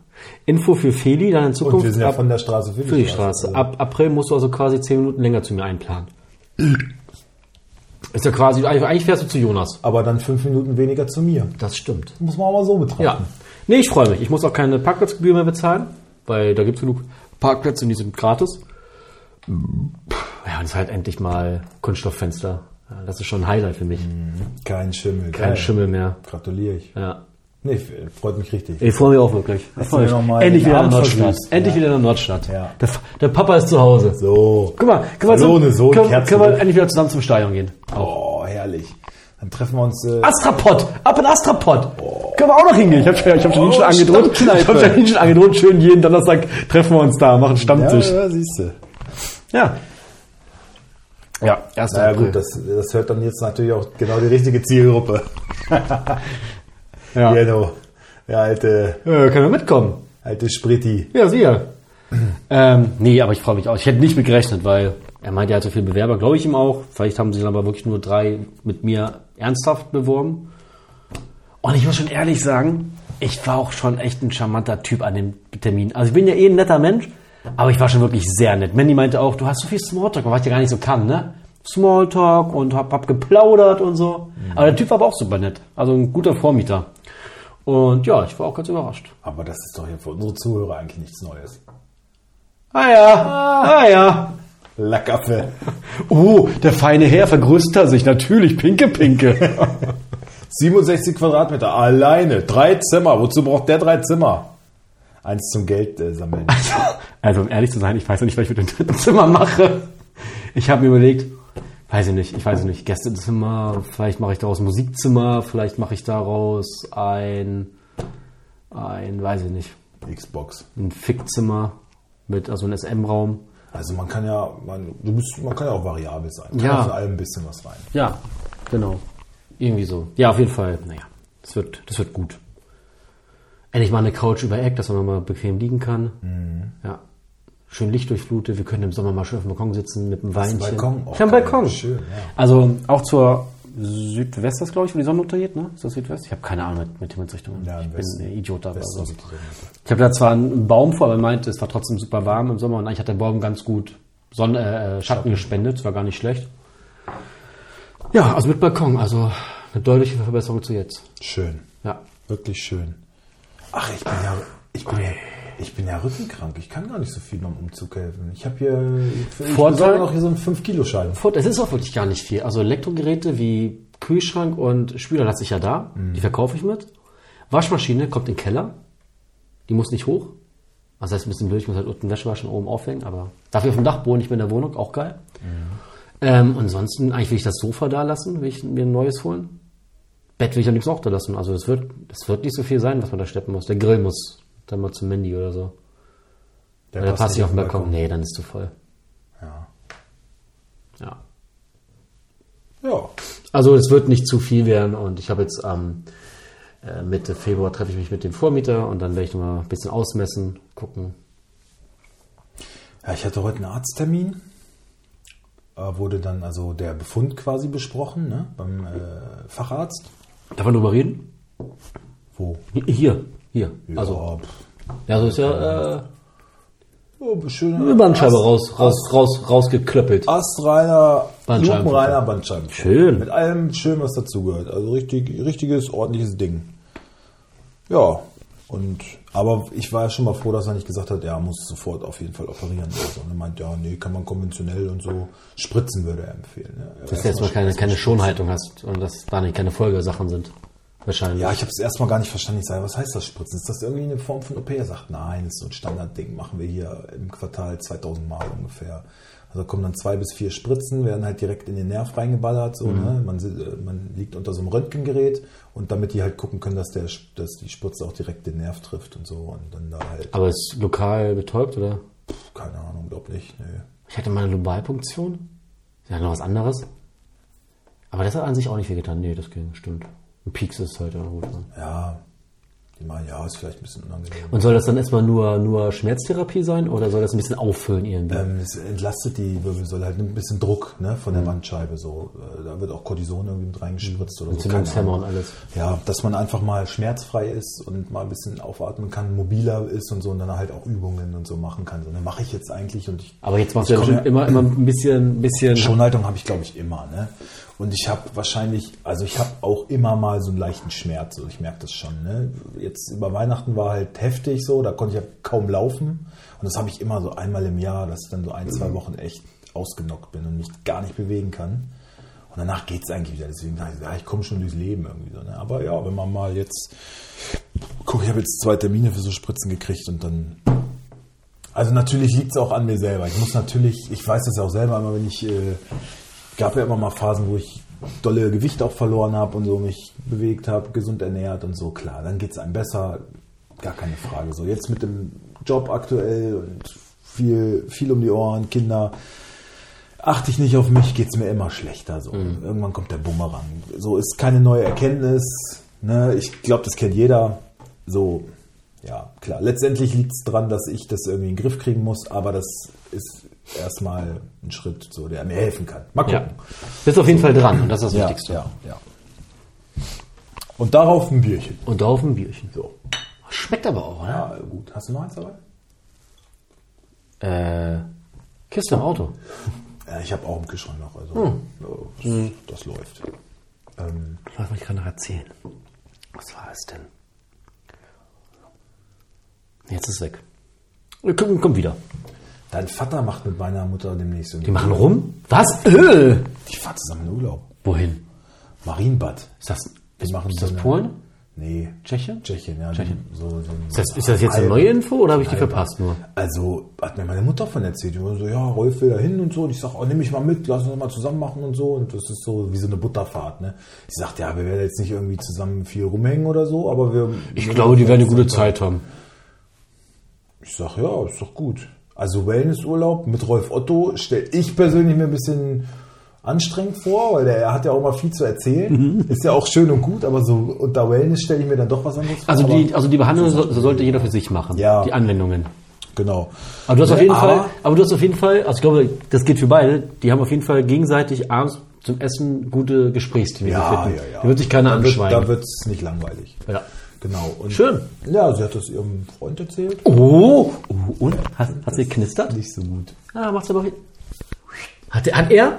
[SPEAKER 3] Info für Feli, dann in Zukunft
[SPEAKER 2] Und wir sind ja
[SPEAKER 3] ab,
[SPEAKER 2] von der Straße für die,
[SPEAKER 3] für die Straße. Ab April musst du also quasi 10 Minuten länger zu mir einplanen. Ist ja quasi, eigentlich fährst du zu Jonas.
[SPEAKER 2] Aber dann fünf Minuten weniger zu mir.
[SPEAKER 3] Das stimmt.
[SPEAKER 2] Muss man aber so betrachten.
[SPEAKER 3] Ja. Nee, ich freue mich. Ich muss auch keine Parkplatzgebühr mehr bezahlen, weil da gibt es genug Parkplätze und die sind gratis. Ja, und es ist halt endlich mal Kunststofffenster. Ja, Das ist schon ein Highlight für mich.
[SPEAKER 2] Kein Schimmel.
[SPEAKER 3] Kein Schimmel mehr.
[SPEAKER 2] Gratuliere ich.
[SPEAKER 3] Ja,
[SPEAKER 2] Nee, f- freut mich richtig.
[SPEAKER 3] ich freue mich auch wirklich. Ich freue
[SPEAKER 2] du
[SPEAKER 3] mich.
[SPEAKER 2] noch mal
[SPEAKER 3] Endlich
[SPEAKER 2] den
[SPEAKER 3] wieder in
[SPEAKER 2] Abend
[SPEAKER 3] der Nordstadt.
[SPEAKER 2] versüßt.
[SPEAKER 3] Endlich
[SPEAKER 2] Ja.
[SPEAKER 3] wieder in der Nordstadt.
[SPEAKER 2] Ja.
[SPEAKER 3] Der, F- der Papa ist zu Hause.
[SPEAKER 2] So.
[SPEAKER 3] Guck mal, können wir,
[SPEAKER 2] Verlorene
[SPEAKER 3] zum,
[SPEAKER 2] Sohn,
[SPEAKER 3] können, können wir
[SPEAKER 2] Kerzenlicht.
[SPEAKER 3] endlich wieder zusammen zum Stadion gehen.
[SPEAKER 2] Oh, herrlich. Dann treffen wir uns. Äh,
[SPEAKER 3] Astrapod, ab in Astrapod. Können wir auch noch hingehen. Ich habe ich hab schon,
[SPEAKER 2] Oh,
[SPEAKER 3] oh, schon angedroht. Ich
[SPEAKER 2] Stammkneipe.
[SPEAKER 3] habe schon, schon angedroht. Schön jeden Donnerstag treffen wir uns da, machen
[SPEAKER 2] ja,
[SPEAKER 3] Stammtisch.
[SPEAKER 2] ja, siehst du.
[SPEAKER 3] Ja. Ja, erst
[SPEAKER 2] Naja, gut, das, das hört dann jetzt natürlich auch genau die richtige Zielgruppe.
[SPEAKER 3] ja.
[SPEAKER 2] Genau. Der alte,
[SPEAKER 3] Äh, können wir mitkommen?
[SPEAKER 2] alte Spritti.
[SPEAKER 3] Ja, sicher. ähm, nee, aber ich freue mich auch. Ich hätte nicht mit gerechnet, weil er meint, er hat so viele Bewerber, glaube ich ihm auch. Vielleicht haben sie dann aber wirklich nur drei mit mir ernsthaft beworben. Und ich muss schon ehrlich sagen, ich war auch schon echt ein charmanter Typ an dem Termin. Also ich bin ja eh ein netter Mensch, aber ich war schon wirklich sehr nett. Mandy meinte auch, du hast so viel Smalltalk, was ich ja gar nicht so kann, ne? Smalltalk und hab, hab geplaudert und so. Aber der Typ war aber auch super nett. Also ein guter Vormieter. Und ja, ich war auch ganz überrascht.
[SPEAKER 2] Aber das ist doch hier für unsere Zuhörer eigentlich nichts Neues.
[SPEAKER 3] Ah ja, ah ja.
[SPEAKER 2] Lackaffe.
[SPEAKER 3] Oh, der feine Herr vergrößert sich. Natürlich, pinke, pinke.
[SPEAKER 2] 67 Quadratmeter, alleine. Drei Zimmer. Wozu braucht der drei Zimmer? Eins zum Geld äh, sammeln.
[SPEAKER 3] Also, um ehrlich zu sein, ich weiß ja nicht, was ich mit dem dritten Zimmer mache. Ich habe mir überlegt, weiß ich nicht, ich weiß es nicht, Gästezimmer, vielleicht mache ich daraus ein Musikzimmer, vielleicht mache ich daraus ein, ein, weiß ich nicht,
[SPEAKER 2] Xbox.
[SPEAKER 3] ein Fickzimmer mit, also ein SM-Raum.
[SPEAKER 2] Also man kann ja, man, du bist, man kann ja auch variabel sein. Kann
[SPEAKER 3] Ja.
[SPEAKER 2] Von allem ein bisschen was rein.
[SPEAKER 3] Ja, genau. Irgendwie so. Ja, auf jeden Fall. Naja, das wird, das wird gut. Endlich mal eine Couch über Eck, dass man mal bequem liegen kann.
[SPEAKER 2] Mhm.
[SPEAKER 3] Ja. Schön Licht durchflutet. Wir können im Sommer mal schön auf dem Balkon sitzen mit einem Weinchen.
[SPEAKER 2] Balkon? Oh,
[SPEAKER 3] ich habe
[SPEAKER 2] geil.
[SPEAKER 3] einen Balkon.
[SPEAKER 2] Schön, ja.
[SPEAKER 3] Also auch zur Südwest, das glaube ich, wo die Sonne untergeht, ne? Ist das Südwest? Ich habe keine Ahnung mit, mit Himmelsrichtungen.
[SPEAKER 2] Ja, im
[SPEAKER 3] ich bin
[SPEAKER 2] Westen.
[SPEAKER 3] ein Idiot dabei.
[SPEAKER 2] Westen
[SPEAKER 3] Also.
[SPEAKER 2] sieht die Sonne.
[SPEAKER 3] Ich habe da zwar einen Baum vor, aber er meinte, es war trotzdem super warm im Sommer und eigentlich hat der Baum ganz gut Sonne, äh, äh, Schatten gespendet, es war gar nicht schlecht. Ja, also mit Balkon, also eine deutliche Verbesserung zu jetzt.
[SPEAKER 2] Schön.
[SPEAKER 3] Ja.
[SPEAKER 2] Wirklich schön. Ach, ich bin ja, ich bin ja, ich bin ja rückenkrank. Ich kann gar nicht so viel beim Umzug helfen. Ich habe hier, ich
[SPEAKER 3] Vorteil-
[SPEAKER 2] besorge noch hier so einen 5-Kilo-Schein.
[SPEAKER 3] Furt, es ist auch wirklich gar nicht viel. Also Elektrogeräte wie Kühlschrank und Spüler lasse ich ja da, die verkaufe ich mit. Waschmaschine kommt in den Keller, die muss nicht hoch. Also das ist ein bisschen blöd, ich muss halt unten Wäsche waschen, oben aufhängen, aber dafür auf dem Dachboden, ich bin in der Wohnung, auch geil. Ähm, ansonsten, eigentlich will ich das Sofa da lassen, will ich mir ein neues holen. Bett will ich am liebsten auch da lassen. Also es wird, es wird nicht so viel sein, was man da schleppen muss. Der Grill muss dann mal zum Mandy oder so.
[SPEAKER 2] Der
[SPEAKER 3] Da passt nicht auf den
[SPEAKER 2] den
[SPEAKER 3] Balkon. Nee, dann ist zu voll. Ja. Ja.
[SPEAKER 2] Ja.
[SPEAKER 3] Also es wird nicht zu viel werden und ich habe jetzt am äh, Mitte Februar treffe ich mich mit dem Vormieter und dann werde ich nochmal ein bisschen ausmessen, gucken.
[SPEAKER 2] ja, ich hatte heute einen Arzttermin. Äh, wurde dann also der Befund quasi besprochen, ne, beim äh, Facharzt.
[SPEAKER 3] Darf man drüber reden?
[SPEAKER 2] Wo?
[SPEAKER 3] Hier, hier. Also,
[SPEAKER 2] ja, pff,
[SPEAKER 3] ja, so ist ja äh,
[SPEAKER 2] oh, schöne
[SPEAKER 3] eine Bandscheibe raus, Ah, raus, raus, rausgeklöppelt.
[SPEAKER 2] Astreiner,
[SPEAKER 3] Bandscheibenvorfall.
[SPEAKER 2] lupenreiner Bandscheibenvorfall.
[SPEAKER 3] Schön.
[SPEAKER 2] Mit allem schön, was dazugehört. Also richtig, richtiges, ordentliches Ding. Ja, und Aber ich war ja schon mal froh, dass er nicht gesagt hat, er muss sofort auf jeden Fall operieren. Also, und er meint, ja, nee, kann man konventionell und so. Spritzen würde er empfehlen. ne.
[SPEAKER 3] Dass du jetzt mal keine, keine Schonhaltung hast und dass da nicht keine Folgesachen sind. Wahrscheinlich.
[SPEAKER 2] Ja, ich habe es erstmal gar nicht verstanden. Ich sage, was heißt das Spritzen? Ist das irgendwie eine Form von OP? Er sagt, nein, das ist so ein Standardding. Machen wir hier im Quartal 2000 Mal ungefähr. Also kommen dann zwei bis vier Spritzen, werden halt direkt in den Nerv reingeballert. So, ne? man, si- äh, man liegt unter so einem Röntgengerät und damit die halt gucken können, dass, der, dass die Spritze auch direkt den Nerv trifft und so. Und dann da halt,
[SPEAKER 3] Aber ist lokal betäubt, oder?
[SPEAKER 2] pf, keine Ahnung, glaub nicht. Nö.
[SPEAKER 3] Ich hatte mal eine Lobalpunktion. Ja, noch was anderes. Aber das hat an sich auch nicht viel getan. Nee, das ging, stimmt. Ein Pieks ist heute gut. Ne?
[SPEAKER 2] Ja, die meinen, ja, ist vielleicht ein bisschen unangenehm.
[SPEAKER 3] Und soll das dann erstmal nur, nur Schmerztherapie sein oder soll das ein bisschen auffüllen irgendwie?
[SPEAKER 2] Ähm, es entlastet die Wirbelsäule halt ein bisschen Druck ne, von
[SPEAKER 3] Mhm.
[SPEAKER 2] der Wandscheibe. So. Äh, Da wird auch Cortison irgendwie mit reingespritzt oder so. keine
[SPEAKER 3] Entzündungshemmer
[SPEAKER 2] Ahnung.
[SPEAKER 3] und Mhm. alles.
[SPEAKER 2] Ja, dass man einfach mal schmerzfrei ist und mal ein bisschen aufatmen kann, mobiler ist und so und dann halt auch Übungen und so machen kann. So, ne, mache ich jetzt eigentlich und ich.
[SPEAKER 3] Aber jetzt machst du
[SPEAKER 2] ich
[SPEAKER 3] ja
[SPEAKER 2] komm
[SPEAKER 3] bestimmt immer, immer ein bisschen, bisschen.
[SPEAKER 2] Schonhaltung habe ich, glaube ich, immer. Ne? Und ich habe wahrscheinlich, also ich habe auch immer mal so einen leichten Schmerz. So. Ich merke das schon. Ne? Jetzt über Weihnachten war halt heftig so, da konnte ich ja kaum laufen. Und das habe ich immer so einmal im Jahr, dass ich dann so ein, zwei Wochen echt ausgenockt bin und mich gar nicht bewegen kann. Und danach geht es eigentlich wieder. Deswegen sage ich, ja, ich komme schon durchs Leben irgendwie so. Ne? Aber ja, wenn man mal jetzt, guck, ich habe jetzt zwei Termine für so Spritzen gekriegt und dann also natürlich liegt es auch an mir selber. Ich muss natürlich, ich weiß das ja auch selber, immer wenn ich, äh, gab ja immer mal Phasen, wo ich dolle Gewicht auch verloren habe und so mich bewegt habe, gesund ernährt und so, klar, dann geht es einem besser, gar keine Frage. So, jetzt mit dem Job aktuell und viel, viel um die Ohren, Kinder, achte ich nicht auf mich, geht's mir immer schlechter. So.
[SPEAKER 3] Mhm.
[SPEAKER 2] Irgendwann kommt der Bumerang. So ist keine neue Erkenntnis. Ne? Ich glaube, das kennt jeder. So, ja, klar. Letztendlich liegt's dran, dass ich das irgendwie in den Griff kriegen muss, aber das ist erstmal ein Schritt, so, der mir helfen kann. Mal gucken.
[SPEAKER 3] Ja. Bist auf jeden Fall dran und das ist das Wichtigste.
[SPEAKER 2] ja, ja. Und darauf ein Bierchen.
[SPEAKER 3] Und da auf ein Bierchen.
[SPEAKER 2] So.
[SPEAKER 3] Schmeckt aber auch, oder?
[SPEAKER 2] Ja, gut. Hast du noch eins dabei?
[SPEAKER 3] Äh, Kiste im Auto.
[SPEAKER 2] Ja, ich habe auch im Kühlschrank noch. Also,
[SPEAKER 3] Hm.
[SPEAKER 2] das, das läuft. Ähm,
[SPEAKER 3] Was wollte ich gerade noch erzählen? Was war es denn? Jetzt ist es weg. Kommt, kommt wieder.
[SPEAKER 2] Dein Vater macht mit meiner Mutter demnächst so einen
[SPEAKER 3] Die machen rum? Was? Äh!
[SPEAKER 2] Ich fahre zusammen in Urlaub.
[SPEAKER 3] Wohin?
[SPEAKER 2] Marienbad.
[SPEAKER 3] Ist das,
[SPEAKER 2] Die
[SPEAKER 3] ist,
[SPEAKER 2] machen
[SPEAKER 3] ist
[SPEAKER 2] so
[SPEAKER 3] das
[SPEAKER 2] eine-
[SPEAKER 3] Polen?
[SPEAKER 2] Nee.
[SPEAKER 3] Tschechien?
[SPEAKER 2] Tschechien, ja.
[SPEAKER 3] Tschechien.
[SPEAKER 2] So, so ein-
[SPEAKER 3] Ist das, ist das jetzt eine
[SPEAKER 2] Halbe.
[SPEAKER 3] neue Info oder habe ich die
[SPEAKER 2] Halbe.
[SPEAKER 3] verpasst nur?
[SPEAKER 2] Also, hat mir meine Mutter von erzählt. Die war so, ja, Rolf will da hin und so. Und ich sag, oh, nimm mich mal mit, lass uns mal zusammen machen und so. Und das ist so wie so eine Butterfahrt, ne? Ich sagt, ja, wir werden jetzt nicht irgendwie zusammen viel rumhängen oder so, aber wir.
[SPEAKER 3] Ich glaube, die werden eine gute Zeit haben.
[SPEAKER 2] Ich sag, ja, ist doch gut. Also Wellnessurlaub mit Rolf Otto stelle ich persönlich mir ein bisschen anstrengend vor, weil der er hat ja auch mal viel zu erzählen.
[SPEAKER 3] Mhm.
[SPEAKER 2] Ist ja auch schön und gut, aber so unter Wellness stelle ich mir dann doch was anderes vor.
[SPEAKER 3] Also
[SPEAKER 2] aber,
[SPEAKER 3] die, also die Behandlung so, sollte jeder für sich machen.
[SPEAKER 2] Ja.
[SPEAKER 3] Die Anwendungen.
[SPEAKER 2] genau.
[SPEAKER 3] Aber du hast auf jeden
[SPEAKER 2] aber,
[SPEAKER 3] Fall, aber du hast auf jeden Fall, also ich glaube, das geht für beide, die haben auf jeden Fall gegenseitig abends zum Essen gute Gesprächsthemen
[SPEAKER 2] Ja,
[SPEAKER 3] gefunden.
[SPEAKER 2] ja, ja.
[SPEAKER 3] Da wird sich keiner
[SPEAKER 2] Da wird-
[SPEAKER 3] anschweigen.
[SPEAKER 2] Da wird es nicht langweilig.
[SPEAKER 3] Ja.
[SPEAKER 2] Genau. Und
[SPEAKER 3] Schön.
[SPEAKER 2] Ja, sie hat das ihrem Freund erzählt.
[SPEAKER 3] Oh, oh, und? Hat, hat sie geknistert?
[SPEAKER 2] Nicht so gut.
[SPEAKER 3] Ah, macht's aber. Hat, er- hat er? Hat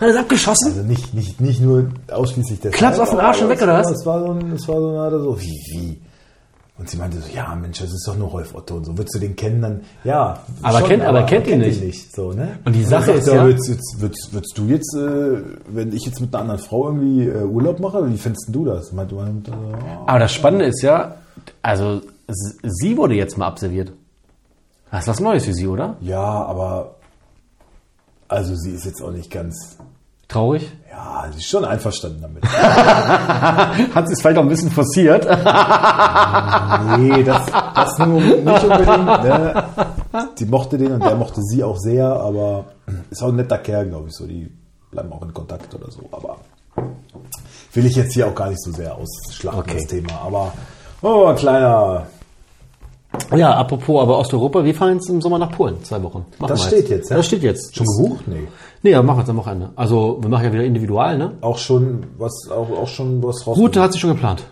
[SPEAKER 3] er es abgeschossen?
[SPEAKER 2] Also nicht, nicht, nicht nur ausschließlich der
[SPEAKER 3] Klaps auf den Arsch und
[SPEAKER 2] aber
[SPEAKER 3] weg,
[SPEAKER 2] es
[SPEAKER 3] oder
[SPEAKER 2] war-
[SPEAKER 3] was?
[SPEAKER 2] Es war so, ein, es war so, eine, so wie, wie? Und sie meinte so, ja Mensch, das ist doch nur Rolf Otto und so. Würdest du den kennen, dann, ja.
[SPEAKER 3] Aber kennt- aber kennt ihn nicht.
[SPEAKER 2] so, ne?
[SPEAKER 3] Und die
[SPEAKER 2] dann
[SPEAKER 3] Sache
[SPEAKER 2] sagt
[SPEAKER 3] ist
[SPEAKER 2] er,
[SPEAKER 3] ja-
[SPEAKER 2] Würdest, jetzt, würdest, würdest du jetzt, äh, wenn ich jetzt mit einer anderen Frau irgendwie äh, Urlaub mache, wie findest denn du das? Meinte meine Mutter, so, ja.
[SPEAKER 3] Aber das Spannende ist ja, also s- sie wurde jetzt mal absolviert. Das ist was Neues für sie, oder?
[SPEAKER 2] ja, aber, also sie ist jetzt auch nicht ganz,
[SPEAKER 3] Traurig.
[SPEAKER 2] ja, sie ist schon einverstanden damit.
[SPEAKER 3] Hat sie es vielleicht auch ein bisschen forciert.
[SPEAKER 2] Nee, das, das nur nicht unbedingt. Ne? Die mochte den und der mochte sie auch sehr, aber ist auch ein netter Kerl, glaube ich, so. Die bleiben auch in Kontakt oder so. Aber will ich jetzt hier auch gar nicht so sehr ausschlagen,
[SPEAKER 3] Okay.
[SPEAKER 2] das Thema. Aber, oh, ein kleiner.
[SPEAKER 3] Ja, apropos, aber Osteuropa, wir fahren jetzt im Sommer nach Polen, zwei Wochen. Machen
[SPEAKER 2] Das
[SPEAKER 3] wir
[SPEAKER 2] steht jetzt, ja?
[SPEAKER 3] Das steht jetzt.
[SPEAKER 2] Schon gebucht? Nee.
[SPEAKER 3] Nee, ja, machen wir jetzt am Wochenende. Also, wir machen ja wieder individual, ne?
[SPEAKER 2] Auch schon, was, auch, auch schon was raus.
[SPEAKER 3] Route hat sie schon geplant.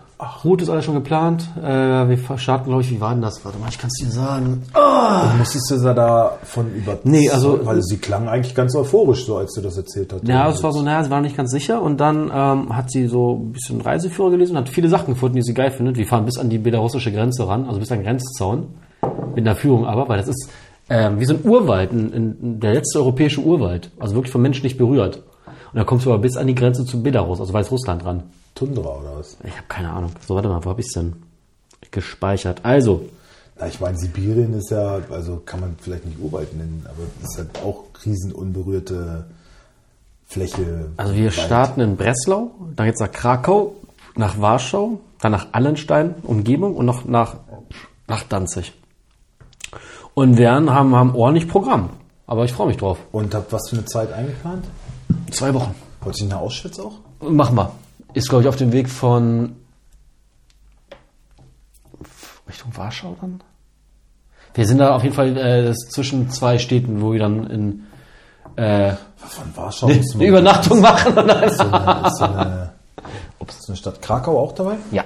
[SPEAKER 3] Route ist alles schon geplant. Äh, wir starten, glaube ich, wie war denn das? Warte mal, ich kann es dir sagen. Ah!
[SPEAKER 2] Musstest du da davon über...
[SPEAKER 3] Nee, also-
[SPEAKER 2] Weil sie klang eigentlich ganz euphorisch, so als du das erzählt hast.
[SPEAKER 3] Ja, es war so, naja, sie war noch nicht ganz sicher und dann ähm, hat sie so ein bisschen Reiseführer gelesen und hat viele Sachen gefunden, die sie geil findet. Wir fahren bis an die belarussische Grenze ran, also bis an den Grenzzaun, mit einer Führung aber, weil das ist ähm, wie so ein Urwald, ein, ein, der letzte europäische Urwald, also wirklich vom Menschen nicht berührt. Und da kommst du aber bis an die Grenze zu Belarus, also Weißrussland ran.
[SPEAKER 2] Tundra oder was?
[SPEAKER 3] Ich habe keine Ahnung. So, warte mal, wo hab ich's denn gespeichert? Also,
[SPEAKER 2] Na, ich meine, Sibirien ist ja, also kann man vielleicht nicht Urwald nennen, aber es ist halt auch riesenunberührte Fläche.
[SPEAKER 3] Also wir
[SPEAKER 2] Wald.
[SPEAKER 3] starten in Breslau, dann geht's nach Krakau, nach Warschau, dann nach Allenstein, Umgebung und noch nach, nach Danzig. Und wir haben, haben ordentlich Programm. Aber ich freue mich drauf.
[SPEAKER 2] Und habt was für eine Zeit eingeplant?
[SPEAKER 3] Zwei Wochen.
[SPEAKER 2] Wollt ihr nach Auschwitz auch?
[SPEAKER 3] Mach mal. Ist, glaube ich, auf dem Weg von Richtung Warschau dann? Wir sind da auf jeden Fall äh, das zwischen zwei Städten, wo wir dann in äh,
[SPEAKER 2] Von Warschau ist
[SPEAKER 3] eine Übernachtung machen. Und dann
[SPEAKER 2] so eine, ist so eine, ist eine Stadt Krakau auch dabei?
[SPEAKER 3] ja.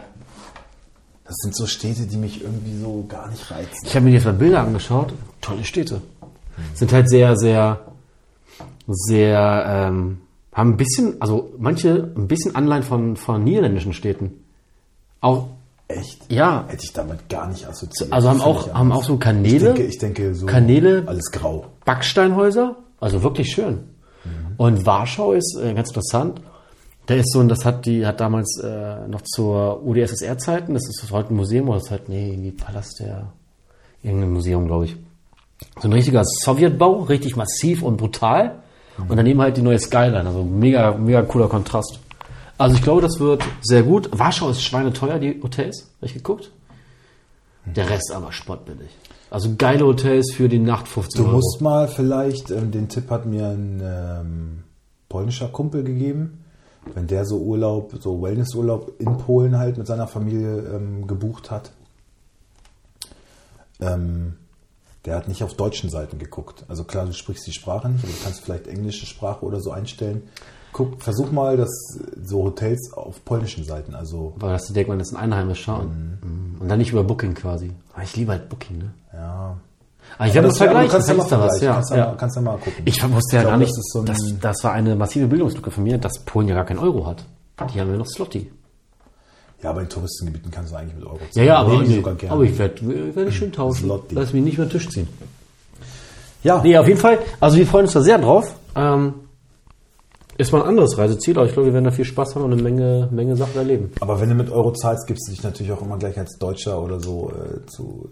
[SPEAKER 2] Das sind so Städte, die mich irgendwie so gar nicht reizen.
[SPEAKER 3] Ich habe mir jetzt mal Bilder angeschaut. Tolle Städte. Sind halt sehr, sehr, sehr, ähm, haben ein bisschen, also manche ein bisschen Anleihen von, von niederländischen Städten. Auch,
[SPEAKER 2] Echt?
[SPEAKER 3] ja,
[SPEAKER 2] Hätte ich damit gar nicht assoziiert.
[SPEAKER 3] also haben
[SPEAKER 2] Völlig
[SPEAKER 3] auch,
[SPEAKER 2] anders.
[SPEAKER 3] haben auch so
[SPEAKER 2] ich
[SPEAKER 3] Kanäle,
[SPEAKER 2] denke, ich denke so
[SPEAKER 3] Kanäle-
[SPEAKER 2] alles grau.
[SPEAKER 3] Backsteinhäuser, also wirklich schön. Und Warschau ist äh, ganz interessant. Da ist so, und das hat die, hat damals äh, noch zur UdSSR-Zeiten, das ist heute ein Museum, oder das ist halt, nee, irgendwie Palast der, irgendein Museum, glaube ich. So ein richtiger Sowjetbau, richtig massiv und brutal. Und daneben halt die neue Skyline, also mega, mega cooler Kontrast. Also ich glaube, das wird sehr gut. Warschau ist schweineteuer, die Hotels, habe ich geguckt. Der Rest aber spottbillig. Also geile Hotels für die Nacht 15
[SPEAKER 2] Du
[SPEAKER 3] Euro.
[SPEAKER 2] musst mal vielleicht, ähm, den Tipp hat mir ein ähm, polnischer Kumpel gegeben, wenn der so Urlaub, so Wellnessurlaub in Polen halt mit seiner Familie ähm, gebucht hat. Ähm, der hat nicht auf deutschen Seiten geguckt. Also klar, du sprichst die Sprache nicht, aber du kannst vielleicht englische Sprache oder so einstellen. Guck, versuch mal, dass so Hotels auf polnischen Seiten, also
[SPEAKER 3] Weil das denkt man, das ist ein Einheimischer.
[SPEAKER 2] Mhm.
[SPEAKER 3] und- mm, Und dann nicht über Booking quasi. Aber ich liebe halt Booking, ne?
[SPEAKER 2] ja.
[SPEAKER 3] Aber ich werde das
[SPEAKER 2] ja- aber
[SPEAKER 3] vergleichen.
[SPEAKER 2] kannst ja
[SPEAKER 3] vielleicht
[SPEAKER 2] mal
[SPEAKER 3] ist da was,
[SPEAKER 2] vergleichen,
[SPEAKER 3] ja.
[SPEAKER 2] kannst ja, mal-
[SPEAKER 3] ja.
[SPEAKER 2] kannst ja mal gucken.
[SPEAKER 3] Ich wusste ja
[SPEAKER 2] glaub,
[SPEAKER 3] gar nicht,
[SPEAKER 2] das ist so ein-
[SPEAKER 3] das, das war eine massive Bildungslücke von mir, dass Polen ja gar keinen Euro hat. Die haben ja noch Slotty.
[SPEAKER 2] Ja, aber in Touristengebieten kannst du eigentlich mit Euro zahlen.
[SPEAKER 3] Ja, ja, aber,
[SPEAKER 2] Nehme ich
[SPEAKER 3] nee,
[SPEAKER 2] sogar gerne.
[SPEAKER 3] aber ich werde werd ich schön tauschen.
[SPEAKER 2] Zloty.
[SPEAKER 3] Lass mich nicht mehr den Tisch ziehen.
[SPEAKER 2] ja,
[SPEAKER 3] Nee, auf jeden Fall. Also wir freuen uns da sehr drauf. Ähm, ist mal ein anderes Reiseziel, aber ich glaube, wir werden da viel Spaß haben und eine Menge, Menge Sachen erleben.
[SPEAKER 2] aber wenn du mit Euro zahlst, gibst du dich natürlich auch immer gleich als Deutscher oder so äh, zu.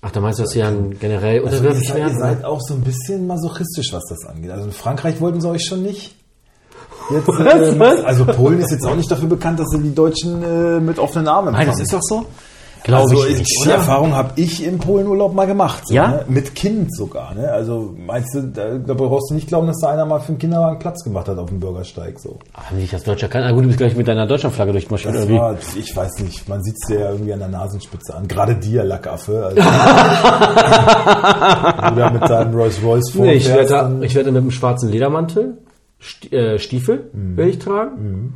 [SPEAKER 3] Ach, da meinst du, dass sie ja generell
[SPEAKER 2] Also ihr,
[SPEAKER 3] unterwürfig
[SPEAKER 2] seid, ihr
[SPEAKER 3] werden?
[SPEAKER 2] seid auch so ein bisschen masochistisch, was das angeht. Also in Frankreich wollten sie euch schon nicht. Jetzt,
[SPEAKER 3] Was?
[SPEAKER 2] ähm, also Polen ist jetzt auch nicht dafür bekannt, dass sie die Deutschen äh, mit offenen Armen
[SPEAKER 3] Nein, das
[SPEAKER 2] empfangen.
[SPEAKER 3] ist doch so. Glaube
[SPEAKER 2] also
[SPEAKER 3] ich
[SPEAKER 2] ich,
[SPEAKER 3] nicht,
[SPEAKER 2] die
[SPEAKER 3] oder?
[SPEAKER 2] Erfahrung habe ich im Polenurlaub mal gemacht. So,
[SPEAKER 3] Ja?
[SPEAKER 2] Ne? Mit Kind sogar. Ne? Also meinst du, da, da brauchst du nicht glauben, dass da einer mal für den Kinderwagen Platz gemacht hat auf dem Bürgersteig. So.
[SPEAKER 3] Haben die dich als Deutscher kann? Ah, gut, du bist gleich mit deiner Deutschlandflagge durch die Maschine.
[SPEAKER 2] Das
[SPEAKER 3] Oder wie?
[SPEAKER 2] war, halt, ich weiß nicht, man sieht es dir ja irgendwie an der Nasenspitze an. Gerade dir, Lackaffe. Also, oder mit deinem Rolls Royce vor.
[SPEAKER 3] nee, ich werde, da, ich werde mit einem schwarzen Ledermantel, Sti- äh, Stiefel
[SPEAKER 2] Mhm.
[SPEAKER 3] werde ich tragen.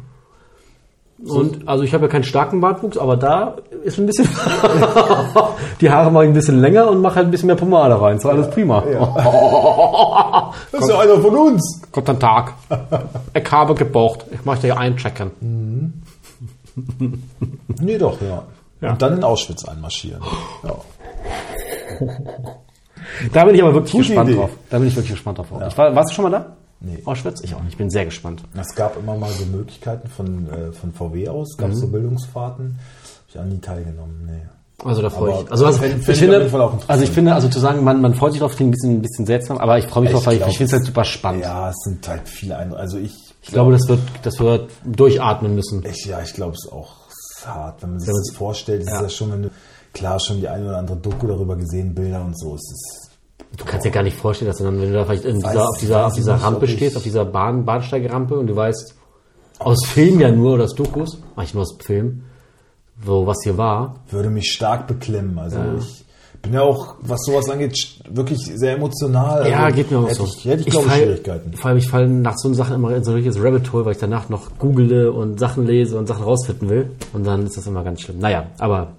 [SPEAKER 3] Und also ich habe ja keinen starken Bartwuchs, aber da ist ein bisschen die Haare mache ich ein bisschen länger und mache halt ein bisschen mehr Pomade rein. Ist doch alles prima.
[SPEAKER 2] das ist ja einer von uns.
[SPEAKER 3] Guten Tag. Ich habe gebraucht. Ich möchte hier einchecken.
[SPEAKER 2] Nee, doch, ja.
[SPEAKER 3] Ja.
[SPEAKER 2] Und dann in Auschwitz einmarschieren. Ja.
[SPEAKER 3] Da bin ich aber wirklich
[SPEAKER 2] Gute
[SPEAKER 3] gespannt
[SPEAKER 2] Idee.
[SPEAKER 3] drauf. Da bin ich wirklich gespannt drauf. Ich war, warst du schon mal da?
[SPEAKER 2] Nee.
[SPEAKER 3] Auschwitz? Ich auch nicht. Ich bin sehr gespannt.
[SPEAKER 2] Es gab immer mal so Möglichkeiten von, äh, von VW aus, gab es so Bildungsfahrten. Hab ich an nie teilgenommen. Nee.
[SPEAKER 3] Also da freue
[SPEAKER 2] Aber
[SPEAKER 3] ich. Also, also,
[SPEAKER 2] fänd- fänd
[SPEAKER 3] ich
[SPEAKER 2] ich auf jeden Fall auch
[SPEAKER 3] finde,
[SPEAKER 2] interessant.
[SPEAKER 3] also ich finde, also zu sagen, man, man freut sich drauf, klingt ein bisschen, ein bisschen seltsam, aber ich freue mich
[SPEAKER 2] Ich
[SPEAKER 3] drauf, weil ich,
[SPEAKER 2] glaub-
[SPEAKER 3] ich finde es halt super spannend.
[SPEAKER 2] Ja, es sind halt viele Eindrücke. Also ich,
[SPEAKER 3] Ich glaube, das wird, das wird durchatmen müssen.
[SPEAKER 2] Ich, ja, ich glaube, es ist auch hart, wenn man sich
[SPEAKER 3] Wenn
[SPEAKER 2] das
[SPEAKER 3] man-
[SPEAKER 2] vorstellt. Ist
[SPEAKER 3] ja.
[SPEAKER 2] ja. das schon, wenn du klar schon die eine oder andere Doku darüber gesehen, Bilder und so. Es ist
[SPEAKER 3] Du kannst dir gar nicht vorstellen, dass du dann, wenn du da vielleicht in
[SPEAKER 2] Weiß-
[SPEAKER 3] dieser, auf dieser, auf
[SPEAKER 2] weiß
[SPEAKER 3] dieser
[SPEAKER 2] nicht,
[SPEAKER 3] Rampe
[SPEAKER 2] ob ich-
[SPEAKER 3] stehst, auf dieser Bahn, Bahnsteigrampe und du weißt, aus Film ja nur oder aus Dokus, eigentlich nur aus Film, so was hier war.
[SPEAKER 2] würde mich stark beklemmen. Also ich bin ja auch, was sowas angeht, sch- wirklich sehr emotional.
[SPEAKER 3] Ja,
[SPEAKER 2] Also,
[SPEAKER 3] geht mir auch
[SPEAKER 2] hätte
[SPEAKER 3] so.
[SPEAKER 2] Ich, hätte ich, glaube ich,
[SPEAKER 3] fall-
[SPEAKER 2] Schwierigkeiten.
[SPEAKER 3] Vor allem, ich falle nach so Sachen immer in so ein richtiges Rabbit Hole, weil ich danach noch google und Sachen lese und Sachen rausfinden will. Und dann ist das immer ganz schlimm. Naja, aber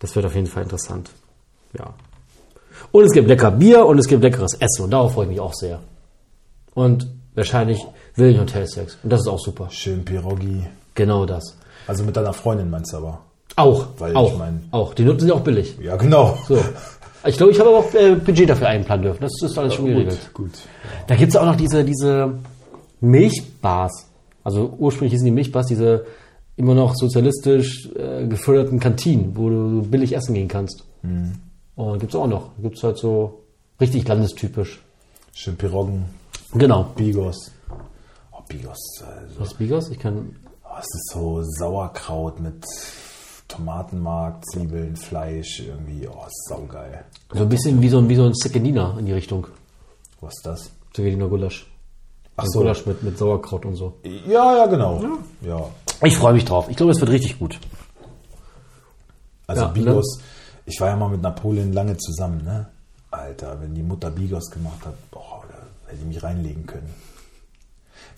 [SPEAKER 3] das wird auf jeden Fall interessant. Ja. Und es gibt lecker Bier und es gibt leckeres Essen. Und darauf freue ich mich auch sehr. Und wahrscheinlich will ich Hotelsex. Und das ist auch super.
[SPEAKER 2] Schön Pierogi.
[SPEAKER 3] Genau das.
[SPEAKER 2] Also mit deiner Freundin meinst du aber.
[SPEAKER 3] Auch.
[SPEAKER 2] Weil ich
[SPEAKER 3] auch.
[SPEAKER 2] mein-
[SPEAKER 3] auch. Die nutzen sie auch billig.
[SPEAKER 2] Ja, genau.
[SPEAKER 3] So. Ich glaube, ich habe aber auch äh, Budget dafür einplanen dürfen. Das ist alles schon geregelt.
[SPEAKER 2] Gut, gut.
[SPEAKER 3] Da gibt's auch noch diese, diese Milchbars. Also ursprünglich hießen die Milchbars diese immer noch sozialistisch äh, geförderten Kantinen, wo du billig essen gehen kannst. Und gibt's auch noch. Gibt's halt so richtig landestypisch.
[SPEAKER 2] Schön Piroggen,
[SPEAKER 3] Genau.
[SPEAKER 2] Bigos. Oh, Bigos. Also,
[SPEAKER 3] Was Bigos? Ich kann.
[SPEAKER 2] oh, es ist so Sauerkraut mit Tomatenmark, Zwiebeln, Fleisch irgendwie. Oh, ist saugeil.
[SPEAKER 3] So ein bisschen wie so ein, wie so ein Zickedina in die Richtung.
[SPEAKER 2] Was ist das?
[SPEAKER 3] Zickedina Gulasch.
[SPEAKER 2] Ach
[SPEAKER 3] Also
[SPEAKER 2] so.
[SPEAKER 3] Gulasch mit, mit Sauerkraut und so.
[SPEAKER 2] Ja, ja, genau. Ja.
[SPEAKER 3] Ich freue mich drauf. Ich glaube, es wird richtig gut.
[SPEAKER 2] Also
[SPEAKER 3] Ja,
[SPEAKER 2] Bigos. Ich war ja mal mit Napoleon lange zusammen, ne? Alter, wenn die Mutter Bigos gemacht hat, boah, da hätte ich mich reinlegen können.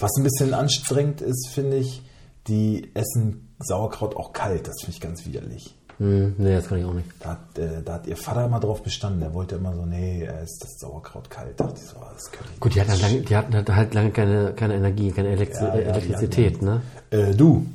[SPEAKER 2] Was ein bisschen anstrengend ist, finde ich, die essen Sauerkraut auch kalt. Das finde ich ganz widerlich.
[SPEAKER 3] Hm, nee, das kann ich auch nicht.
[SPEAKER 2] Da hat, äh, da hat ihr Vater immer drauf bestanden. Er wollte immer so, nee, er ist das Sauerkraut kalt. Da dachte ich so, ah, das könnte ich
[SPEAKER 3] Gut, die hatten halt
[SPEAKER 2] nicht.
[SPEAKER 3] lange, die hatten halt- halt lange keine, keine Energie, keine Elektri
[SPEAKER 2] Ja, ja, die
[SPEAKER 3] Elektrizität,
[SPEAKER 2] hatten-
[SPEAKER 3] ne?
[SPEAKER 2] Äh, du,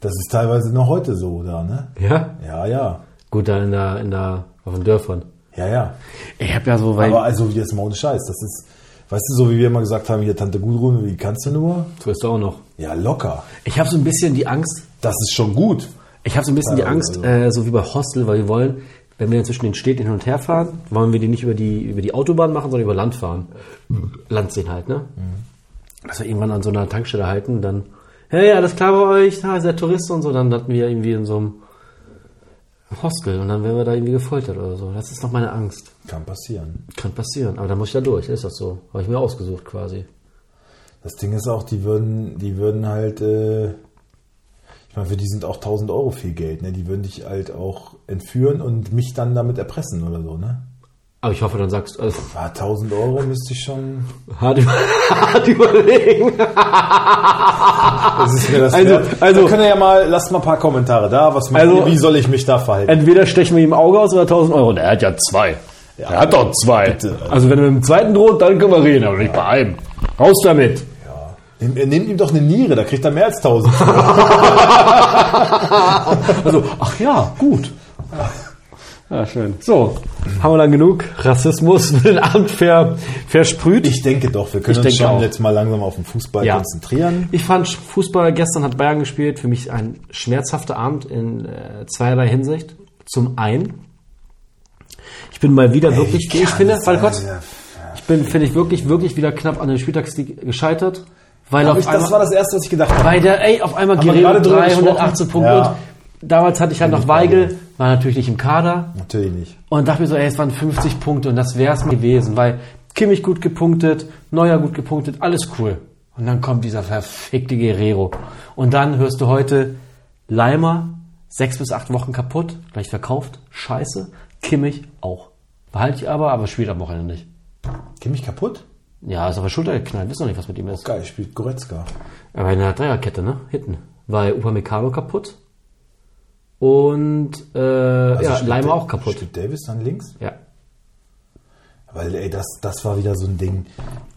[SPEAKER 2] das ist teilweise noch heute so, da, ne?
[SPEAKER 3] Ja?
[SPEAKER 2] Ja, ja.
[SPEAKER 3] Gut, da in der, in der, auf den Dörfern.
[SPEAKER 2] Ja, ja.
[SPEAKER 3] Ich hab ja so, weil,
[SPEAKER 2] Aber also, wie das mal ohne Scheiß. Das ist, weißt du, so wie wir immer gesagt haben, hier Tante Gudrun, wie kannst du nur?
[SPEAKER 3] so ist da auch noch.
[SPEAKER 2] Ja, locker.
[SPEAKER 3] Ich habe so ein bisschen die Angst,
[SPEAKER 2] Das ist schon gut.
[SPEAKER 3] ich habe so ein bisschen die
[SPEAKER 2] Ja,
[SPEAKER 3] Angst,
[SPEAKER 2] also-
[SPEAKER 3] äh, so wie bei Hostel, weil wir wollen, wenn wir dann zwischen den Städten hin und her fahren, wollen wir die nicht über die, über die Autobahn machen, sondern über Land fahren. Land sehen halt, ne? Dass wir irgendwann an so einer Tankstelle halten und dann, hey, alles klar bei euch, da ist der Tourist und so, dann landen wir irgendwie in so einem Hostel und dann werden wir da irgendwie gefoltert oder so. Das ist noch meine Angst.
[SPEAKER 2] Kann passieren.
[SPEAKER 3] Kann passieren, aber da muss ich da durch, ist das so. Habe ich mir ausgesucht quasi.
[SPEAKER 2] Das Ding ist auch, die würden, die würden halt, äh, ich meine, für die sind auch 1000 Euro viel Geld, ne? Die würden dich halt auch entführen und mich dann damit erpressen oder so, ne?
[SPEAKER 3] Aber ich hoffe, dann sagst du, also,
[SPEAKER 2] Ah, 1000 Euro müsste ich schon.
[SPEAKER 3] hart, über, hart überlegen.
[SPEAKER 2] Das ist mir das
[SPEAKER 3] Also-
[SPEAKER 2] wert.
[SPEAKER 3] also-
[SPEAKER 2] da könnt ihr ja mal, lasst mal ein paar Kommentare da. Was meint
[SPEAKER 3] Also-
[SPEAKER 2] ihr, wie soll ich mich da verhalten?
[SPEAKER 3] Entweder stechen wir ihm Auge aus oder 1000 Euro. Der hat ja zwei. Der hat doch zwei. Also wenn er mit dem zweiten droht, dann können wir reden, aber nicht bei einem. Raus damit.
[SPEAKER 2] ja. Nehmt, äh, nehmt ihm doch eine Niere, da kriegt er mehr als 1000.
[SPEAKER 3] Also, ach ja, gut. Ja, schön. So, haben wir dann genug Rassismus für den Abend ver, versprüht?
[SPEAKER 2] Ich denke doch, wir können
[SPEAKER 3] Ich
[SPEAKER 2] uns
[SPEAKER 3] denke
[SPEAKER 2] schon
[SPEAKER 3] auch.
[SPEAKER 2] jetzt mal langsam auf den Fußball konzentrieren.
[SPEAKER 3] Ich fand Fußball gestern hat Bayern gespielt, für mich ein schmerzhafter Abend in äh, zweierlei Hinsicht. Zum einen, ich bin mal wieder wirklich, ich finde, weil Gott, ich bin, finde ich wirklich, wirklich wieder knapp an den Spieltagssieg gescheitert, weil auf
[SPEAKER 2] Ich, das war
[SPEAKER 3] einmal,
[SPEAKER 2] das Erste, was ich gedacht habe.
[SPEAKER 3] weil der, ey, auf einmal
[SPEAKER 2] wir
[SPEAKER 3] Guerrero
[SPEAKER 2] gerade drüber
[SPEAKER 3] 318
[SPEAKER 2] gesprochen?
[SPEAKER 3] Punkte.
[SPEAKER 2] Ja.
[SPEAKER 3] Und damals hatte ich halt noch Weigel, war natürlich nicht im Kader.
[SPEAKER 2] Natürlich nicht.
[SPEAKER 3] Und dachte mir so, ey, es waren 50 Punkte und das wär's mal gewesen, weil Kimmich gut gepunktet, Neuer gut gepunktet, alles cool. Und dann kommt dieser verfickte Guerrero. Und dann hörst du heute Leimer, sechs bis acht Wochen kaputt, gleich verkauft, scheiße. Kimmich auch. Behalte ich aber, aber spielt am Wochenende nicht.
[SPEAKER 2] Geh mich kaputt?
[SPEAKER 3] Ja, ist auf der Schulter geknallt, wissen noch nicht, was mit ihm ist.
[SPEAKER 2] Geil, spielt Goretzka.
[SPEAKER 3] Aber in der Dreierkette, ne? Hinten. Weil Upamecano kaputt und äh, ja,
[SPEAKER 2] spielt
[SPEAKER 3] Leimer
[SPEAKER 2] Da-
[SPEAKER 3] auch kaputt.
[SPEAKER 2] Spielt Davis dann links?
[SPEAKER 3] Ja.
[SPEAKER 2] Weil, ey, das, das war wieder so ein Ding.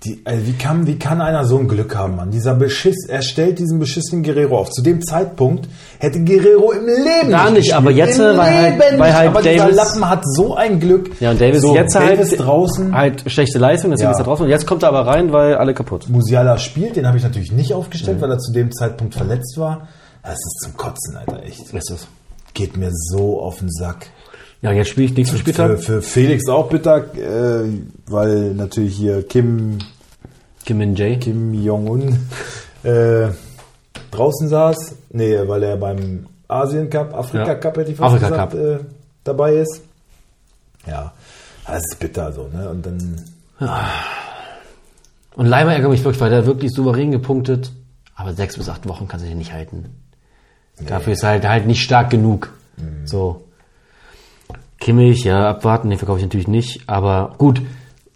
[SPEAKER 2] Die, ey, wie, kann, wie kann einer so ein Glück haben, Mann? Dieser Beschiss, er stellt diesen beschissenen Guerrero auf. Zu dem Zeitpunkt hätte Guerrero im Leben
[SPEAKER 3] Gar nicht,
[SPEAKER 2] gespielt.
[SPEAKER 3] aber jetzt,
[SPEAKER 2] Im
[SPEAKER 3] weil halt-
[SPEAKER 2] Leben
[SPEAKER 3] weil
[SPEAKER 2] nicht.
[SPEAKER 3] halt
[SPEAKER 2] aber dieser
[SPEAKER 3] Davis-
[SPEAKER 2] Lappen hat so ein Glück.
[SPEAKER 3] Ja, und Davis
[SPEAKER 2] so,
[SPEAKER 3] jetzt
[SPEAKER 2] Davis
[SPEAKER 3] halt
[SPEAKER 2] draußen.
[SPEAKER 3] halt schlechte Leistung, deswegen
[SPEAKER 2] Ja.
[SPEAKER 3] ist er draußen. Und jetzt kommt er aber rein, weil alle kaputt.
[SPEAKER 2] Musiala spielt, den habe ich natürlich nicht aufgestellt, weil er zu dem Zeitpunkt verletzt war. Das ist zum Kotzen, Alter, echt.
[SPEAKER 3] Ist es.
[SPEAKER 2] Geht mir so auf den Sack.
[SPEAKER 3] Ja, jetzt spiele ich nächsten
[SPEAKER 2] Für,
[SPEAKER 3] Spieltag.
[SPEAKER 2] für Felix auch bitter, äh, weil natürlich hier Kim,
[SPEAKER 3] Kim Min Jae.
[SPEAKER 2] Kim Jong-un äh, draußen saß. Nee, weil er beim Asien Cup, Afrika
[SPEAKER 3] Ja.
[SPEAKER 2] Cup hätte ich
[SPEAKER 3] Afrika Cup.
[SPEAKER 2] äh, dabei ist. Ja, das ist bitter so, ne? Und dann
[SPEAKER 3] Und Leimer ärgert mich wirklich, weil der wirklich souverän gepunktet. Aber sechs bis acht Wochen kannst du den nicht Mhm. halten. Dafür ist er halt, halt nicht stark genug. So. Kimmich, ja, abwarten, den verkaufe ich natürlich nicht. Aber gut,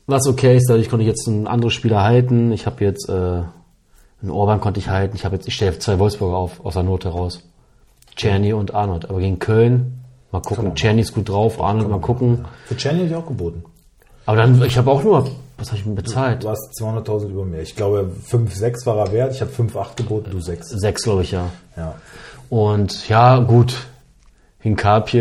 [SPEAKER 3] was okay ist, dadurch konnte ich jetzt einen anderen Spieler halten. Ich habe jetzt äh, einen Orban konnte ich halten. Ich habe jetzt, ich stelle zwei Wolfsburger auf, aus der Not heraus. Czerny und Arnold. Aber gegen Köln, mal gucken. Czerny ist gut drauf, Arnold, mal gucken.
[SPEAKER 2] Für Czerny hätte ich auch geboten.
[SPEAKER 3] Aber dann, ich habe auch nur, was habe ich denn bezahlt?
[SPEAKER 2] Du hast 200.000 über mir. Ich glaube, 5, 6 war er wert. Ich habe 5, 8 geboten, du 6.
[SPEAKER 3] Sechs, glaube ich, ja.
[SPEAKER 2] Ja.
[SPEAKER 3] Und ja, gut, Hinkapie,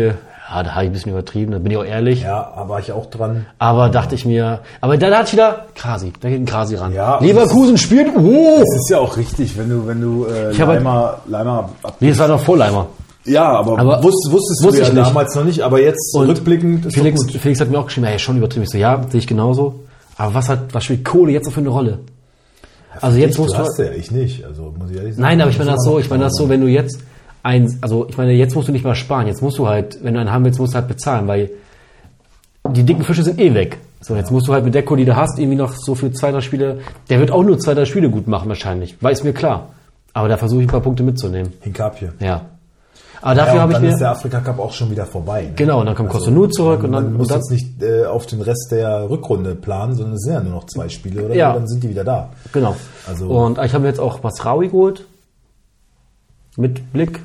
[SPEAKER 3] ja, da habe ich ein bisschen übertrieben, da bin ich auch ehrlich.
[SPEAKER 2] Ja, aber war ich auch dran.
[SPEAKER 3] Aber dachte ich mir, aber dann hatte ich wieder Krasi, da geht ein Krasi ran.
[SPEAKER 2] Ja,
[SPEAKER 3] Leverkusen spielt, oh!
[SPEAKER 2] Das ist ja auch richtig, wenn du, wenn du äh,
[SPEAKER 3] hab halt-
[SPEAKER 2] Leimer, Leimer ab,
[SPEAKER 3] Nee, es war noch Vorleimer.
[SPEAKER 2] Ja, aber,
[SPEAKER 3] Aber
[SPEAKER 2] wusst, wusstest
[SPEAKER 3] wusste
[SPEAKER 2] du ja
[SPEAKER 3] ich nicht.
[SPEAKER 2] damals noch nicht, aber jetzt rückblickend ist doch
[SPEAKER 3] Felix,
[SPEAKER 2] gut.
[SPEAKER 3] Felix hat mir auch geschrieben, ey, schon übertrieben. Ich so, ja, sehe ich genauso. Aber was hat, was spielt Kohle jetzt noch für eine Rolle? Also jetzt
[SPEAKER 2] du
[SPEAKER 3] musst du,
[SPEAKER 2] hast ja, ich nicht. Also muss ich ehrlich sagen.
[SPEAKER 3] nein, aber ich
[SPEAKER 2] muss
[SPEAKER 3] meine das
[SPEAKER 2] immer
[SPEAKER 3] so,
[SPEAKER 2] noch
[SPEAKER 3] ich meine das so, wenn du jetzt ein, also ich meine, jetzt musst du nicht mal sparen, jetzt musst du halt, wenn du einen haben willst, musst du halt bezahlen, weil die dicken Fische sind eh weg. So, jetzt musst du halt mit der Kohle, die du hast, irgendwie noch so viel zwei, drei Spiele, der wird auch nur zwei, drei Spiele gut machen wahrscheinlich, weiß mir klar. Aber da versuche ich ein paar Punkte mitzunehmen.
[SPEAKER 2] Hinkapje.
[SPEAKER 3] Ja. Aber
[SPEAKER 2] Ja,
[SPEAKER 3] dafür
[SPEAKER 2] und
[SPEAKER 3] habe ich
[SPEAKER 2] dann
[SPEAKER 3] mir.
[SPEAKER 2] ist der Afrika Cup auch schon wieder vorbei. Ne?
[SPEAKER 3] Genau, und dann kommt Cotonou zurück und dann-
[SPEAKER 2] man muss
[SPEAKER 3] und dann-
[SPEAKER 2] jetzt nicht äh, auf den Rest der Rückrunde planen, sondern es sind ja nur noch zwei Spiele oder
[SPEAKER 3] Ja.
[SPEAKER 2] so, dann sind die wieder da.
[SPEAKER 3] Genau.
[SPEAKER 2] Also-
[SPEAKER 3] und ich habe mir jetzt auch Basraui geholt. Mit Blick.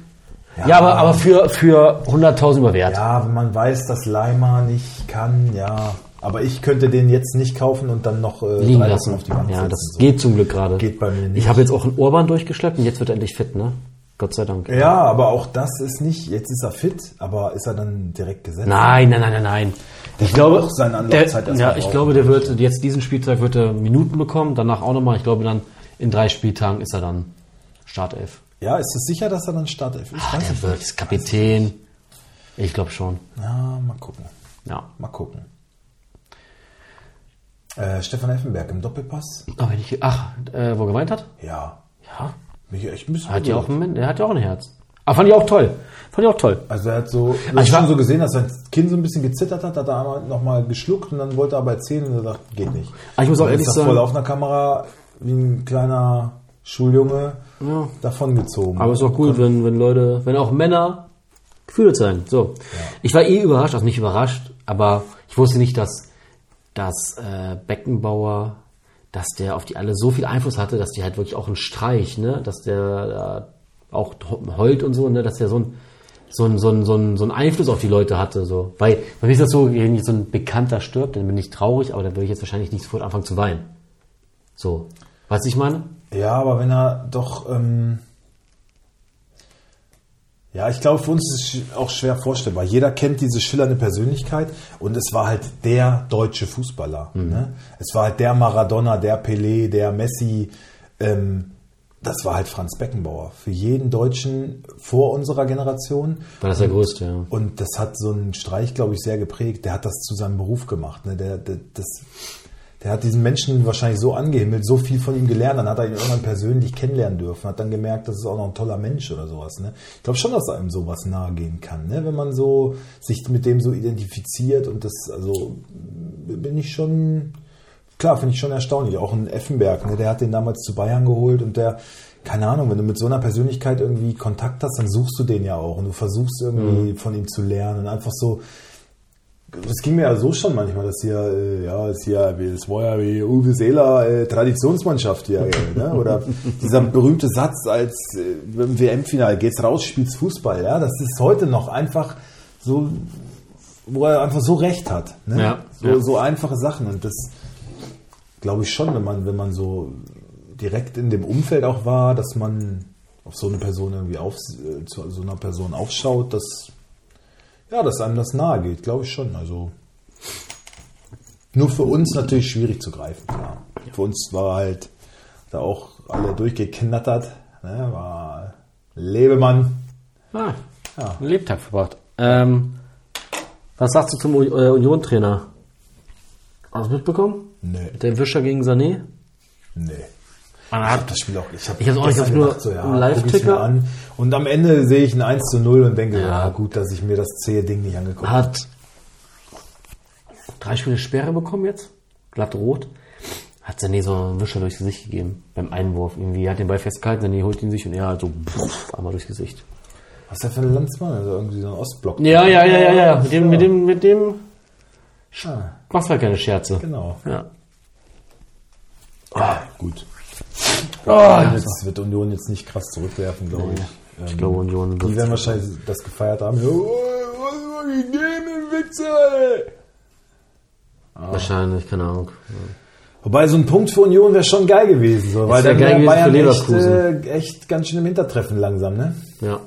[SPEAKER 3] Ja,
[SPEAKER 2] Ja.
[SPEAKER 3] aber, aber für, für 100.000 über Wert.
[SPEAKER 2] Ja, wenn man weiß, dass Leimer nicht kann, ja. Aber ich könnte den jetzt nicht kaufen und dann noch äh,
[SPEAKER 3] Liegen
[SPEAKER 2] drei Wochen
[SPEAKER 3] lassen.
[SPEAKER 2] auf die Bank
[SPEAKER 3] ja,
[SPEAKER 2] setzen,
[SPEAKER 3] das
[SPEAKER 2] so.
[SPEAKER 3] geht zum Glück gerade.
[SPEAKER 2] Geht bei mir nicht.
[SPEAKER 3] Ich habe jetzt auch einen Urban durchgeschleppt und jetzt wird er endlich fit, ne? Gott sei Dank.
[SPEAKER 2] Ja, aber auch das ist nicht, jetzt ist er fit, aber ist er dann direkt gesetzt?
[SPEAKER 3] Nein, nein, nein, nein, nein. Ich glaube,
[SPEAKER 2] braucht seine
[SPEAKER 3] der,
[SPEAKER 2] Anlaufzeit erstmal
[SPEAKER 3] ja, ich
[SPEAKER 2] brauchen.
[SPEAKER 3] glaube, der wird jetzt diesen Spieltag wird er Minuten bekommen, danach auch nochmal. Ich glaube, dann in drei Spieltagen ist er dann Startelf.
[SPEAKER 2] Ja, ist es sicher, dass er dann Startelf ist?
[SPEAKER 3] Ach,
[SPEAKER 2] Weiß
[SPEAKER 3] der
[SPEAKER 2] ich
[SPEAKER 3] wird
[SPEAKER 2] nicht.
[SPEAKER 3] Kapitän. Ich glaube schon.
[SPEAKER 2] Ja, mal gucken.
[SPEAKER 3] Ja.
[SPEAKER 2] Mal gucken. Äh, Stefan Effenberg im Doppelpass?
[SPEAKER 3] Aber wenn ich, ach, äh, wo er geweint hat?
[SPEAKER 2] Ja.
[SPEAKER 3] Ja.
[SPEAKER 2] Mich echt ein bisschen
[SPEAKER 3] Hat ja auch
[SPEAKER 2] berührt.
[SPEAKER 3] ein, der hat ja auch ein Herz. Aber fand ich auch toll. Fand ich auch toll.
[SPEAKER 2] Also er hat so, du
[SPEAKER 3] Ah, ich
[SPEAKER 2] hast
[SPEAKER 3] war-
[SPEAKER 2] schon so gesehen, dass sein Kinn so ein bisschen gezittert hat, hat er einmal nochmal geschluckt und dann wollte er aber erzählen und er sagt, geht nicht.
[SPEAKER 3] Aber Ah, ich muss auch
[SPEAKER 2] Dann
[SPEAKER 3] ehrlich
[SPEAKER 2] ist er
[SPEAKER 3] sagen-
[SPEAKER 2] voll auf einer Kamera wie ein kleiner Schuljunge
[SPEAKER 3] Ja.
[SPEAKER 2] davongezogen.
[SPEAKER 3] Aber ist auch cool, wenn, wenn Leute, wenn auch Männer Gefühle zeigen. So. Ich war eh überrascht, also nicht überrascht, aber ich wusste nicht, dass, dass äh, Beckenbauer, dass der auf die alle so viel Einfluss hatte, dass die halt wirklich auch einen Streich, ne, dass der äh, auch heult und so, ne, dass der so ein so ein, so, ein, so, ein, so ein Einfluss auf die Leute hatte. So. Weil bei mir ist das so, wenn jetzt so ein Bekannter stirbt, dann bin ich traurig, aber dann würde ich jetzt wahrscheinlich nicht sofort anfangen zu weinen. So. Weißt du, ich meine?
[SPEAKER 2] Ja, aber wenn er doch. Ähm ja, ich glaube, für uns ist es sch- auch schwer vorstellbar. Jeder kennt diese schillernde Persönlichkeit und es war halt der deutsche Fußballer. Ne? Es war halt der Maradona, der Pelé, der Messi. Ähm, das war halt Franz Beckenbauer. Für jeden Deutschen vor unserer Generation.
[SPEAKER 3] War das der Größte, ja.
[SPEAKER 2] Und das hat so einen Streich, glaube ich, sehr geprägt. Der hat das zu seinem Beruf gemacht. Ne? Der, der, das, der hat diesen Menschen wahrscheinlich so angehimmelt, so viel von ihm gelernt. Dann hat er ihn irgendwann persönlich kennenlernen dürfen. Hat dann gemerkt, das ist auch noch ein toller Mensch oder sowas. Ne? Ich glaube schon, dass einem sowas nahe gehen kann. Ne? Wenn man so sich mit dem so identifiziert und das, also bin ich schon, klar, finde ich schon erstaunlich. Auch ein Effenberg, ne, der hat den damals zu Bayern geholt und der, keine Ahnung, wenn du mit so einer Persönlichkeit irgendwie Kontakt hast, dann suchst du den ja auch und du versuchst irgendwie von ihm zu lernen und einfach so. Das ging mir ja so schon manchmal, dass hier, äh, ja, ist hier, wie- das war ja wie Uwe Seeler, äh, Traditionsmannschaft hier, äh, ne? oder dieser berühmte Satz als äh, im WM-Finale, geht's raus, spielst Fußball, ja, das ist heute noch einfach so, wo er einfach so recht hat, ne?
[SPEAKER 3] Ja,
[SPEAKER 2] so,
[SPEAKER 3] ja.
[SPEAKER 2] so einfache Sachen und das, glaube ich schon, wenn man, wenn man so direkt in dem Umfeld auch war, dass man auf so eine Person irgendwie auf, äh, zu so einer Person aufschaut, dass, ja, dass einem das nahe geht, glaube ich schon. Also nur für uns natürlich schwierig zu greifen, klar. Für uns war halt da auch alle durchgeknattert, ne, war Lebemann.
[SPEAKER 3] Ah, einen Lebtag verbracht. Ähm, was sagst du zum U- äh, Union-Trainer? Hast du mitbekommen?
[SPEAKER 2] Nee,
[SPEAKER 3] Der Wischer gegen Sané?
[SPEAKER 2] nee.
[SPEAKER 3] Man
[SPEAKER 2] Ich hab
[SPEAKER 3] hat,
[SPEAKER 2] das Spiel auch, ich habe
[SPEAKER 3] Ich hab's auch nicht, ich hab's nur im Live-Ticker.
[SPEAKER 2] an. Und am Ende sehe ich ein 1 zu 0 und denke,
[SPEAKER 3] Ja. Ah.
[SPEAKER 2] ja. gut, dass ich mir das zähe Ding nicht angeguckt habe.
[SPEAKER 3] hat drei Spiele Sperre bekommen jetzt, glatt rot. Hat Sané so einen Wischer durchs Gesicht gegeben beim Einwurf. Irgendwie hat den Ball festgehalten, Sané holt ihn sich und er halt so pff, einmal durchs Gesicht.
[SPEAKER 2] Was ist der für ein Landsmann? Also irgendwie so ein Ostblock.
[SPEAKER 3] Ja, ja, ja, ja, ja. Mit dem, mit dem, mit dem
[SPEAKER 2] Ah,
[SPEAKER 3] machst du halt keine Scherze.
[SPEAKER 2] genau.
[SPEAKER 3] Ja.
[SPEAKER 2] Ah, gut.
[SPEAKER 3] Oh,
[SPEAKER 2] Das wird Union jetzt nicht krass zurückwerfen, glaube ich. Ähm,
[SPEAKER 3] ich glaube, Union
[SPEAKER 2] Die
[SPEAKER 3] wird.
[SPEAKER 2] werden wahrscheinlich das gefeiert haben. Oh, was war gegeben, Witze? ey?
[SPEAKER 3] Wahrscheinlich, keine Ahnung.
[SPEAKER 2] Wobei so ein Punkt für Union wäre schon geil gewesen, so, weil
[SPEAKER 3] wär
[SPEAKER 2] dann
[SPEAKER 3] geil
[SPEAKER 2] wäre
[SPEAKER 3] gewesen für
[SPEAKER 2] Bayern echt,
[SPEAKER 3] Leverkusen.
[SPEAKER 2] äh, echt ganz schön im Hintertreffen langsam, ne?
[SPEAKER 3] Ja.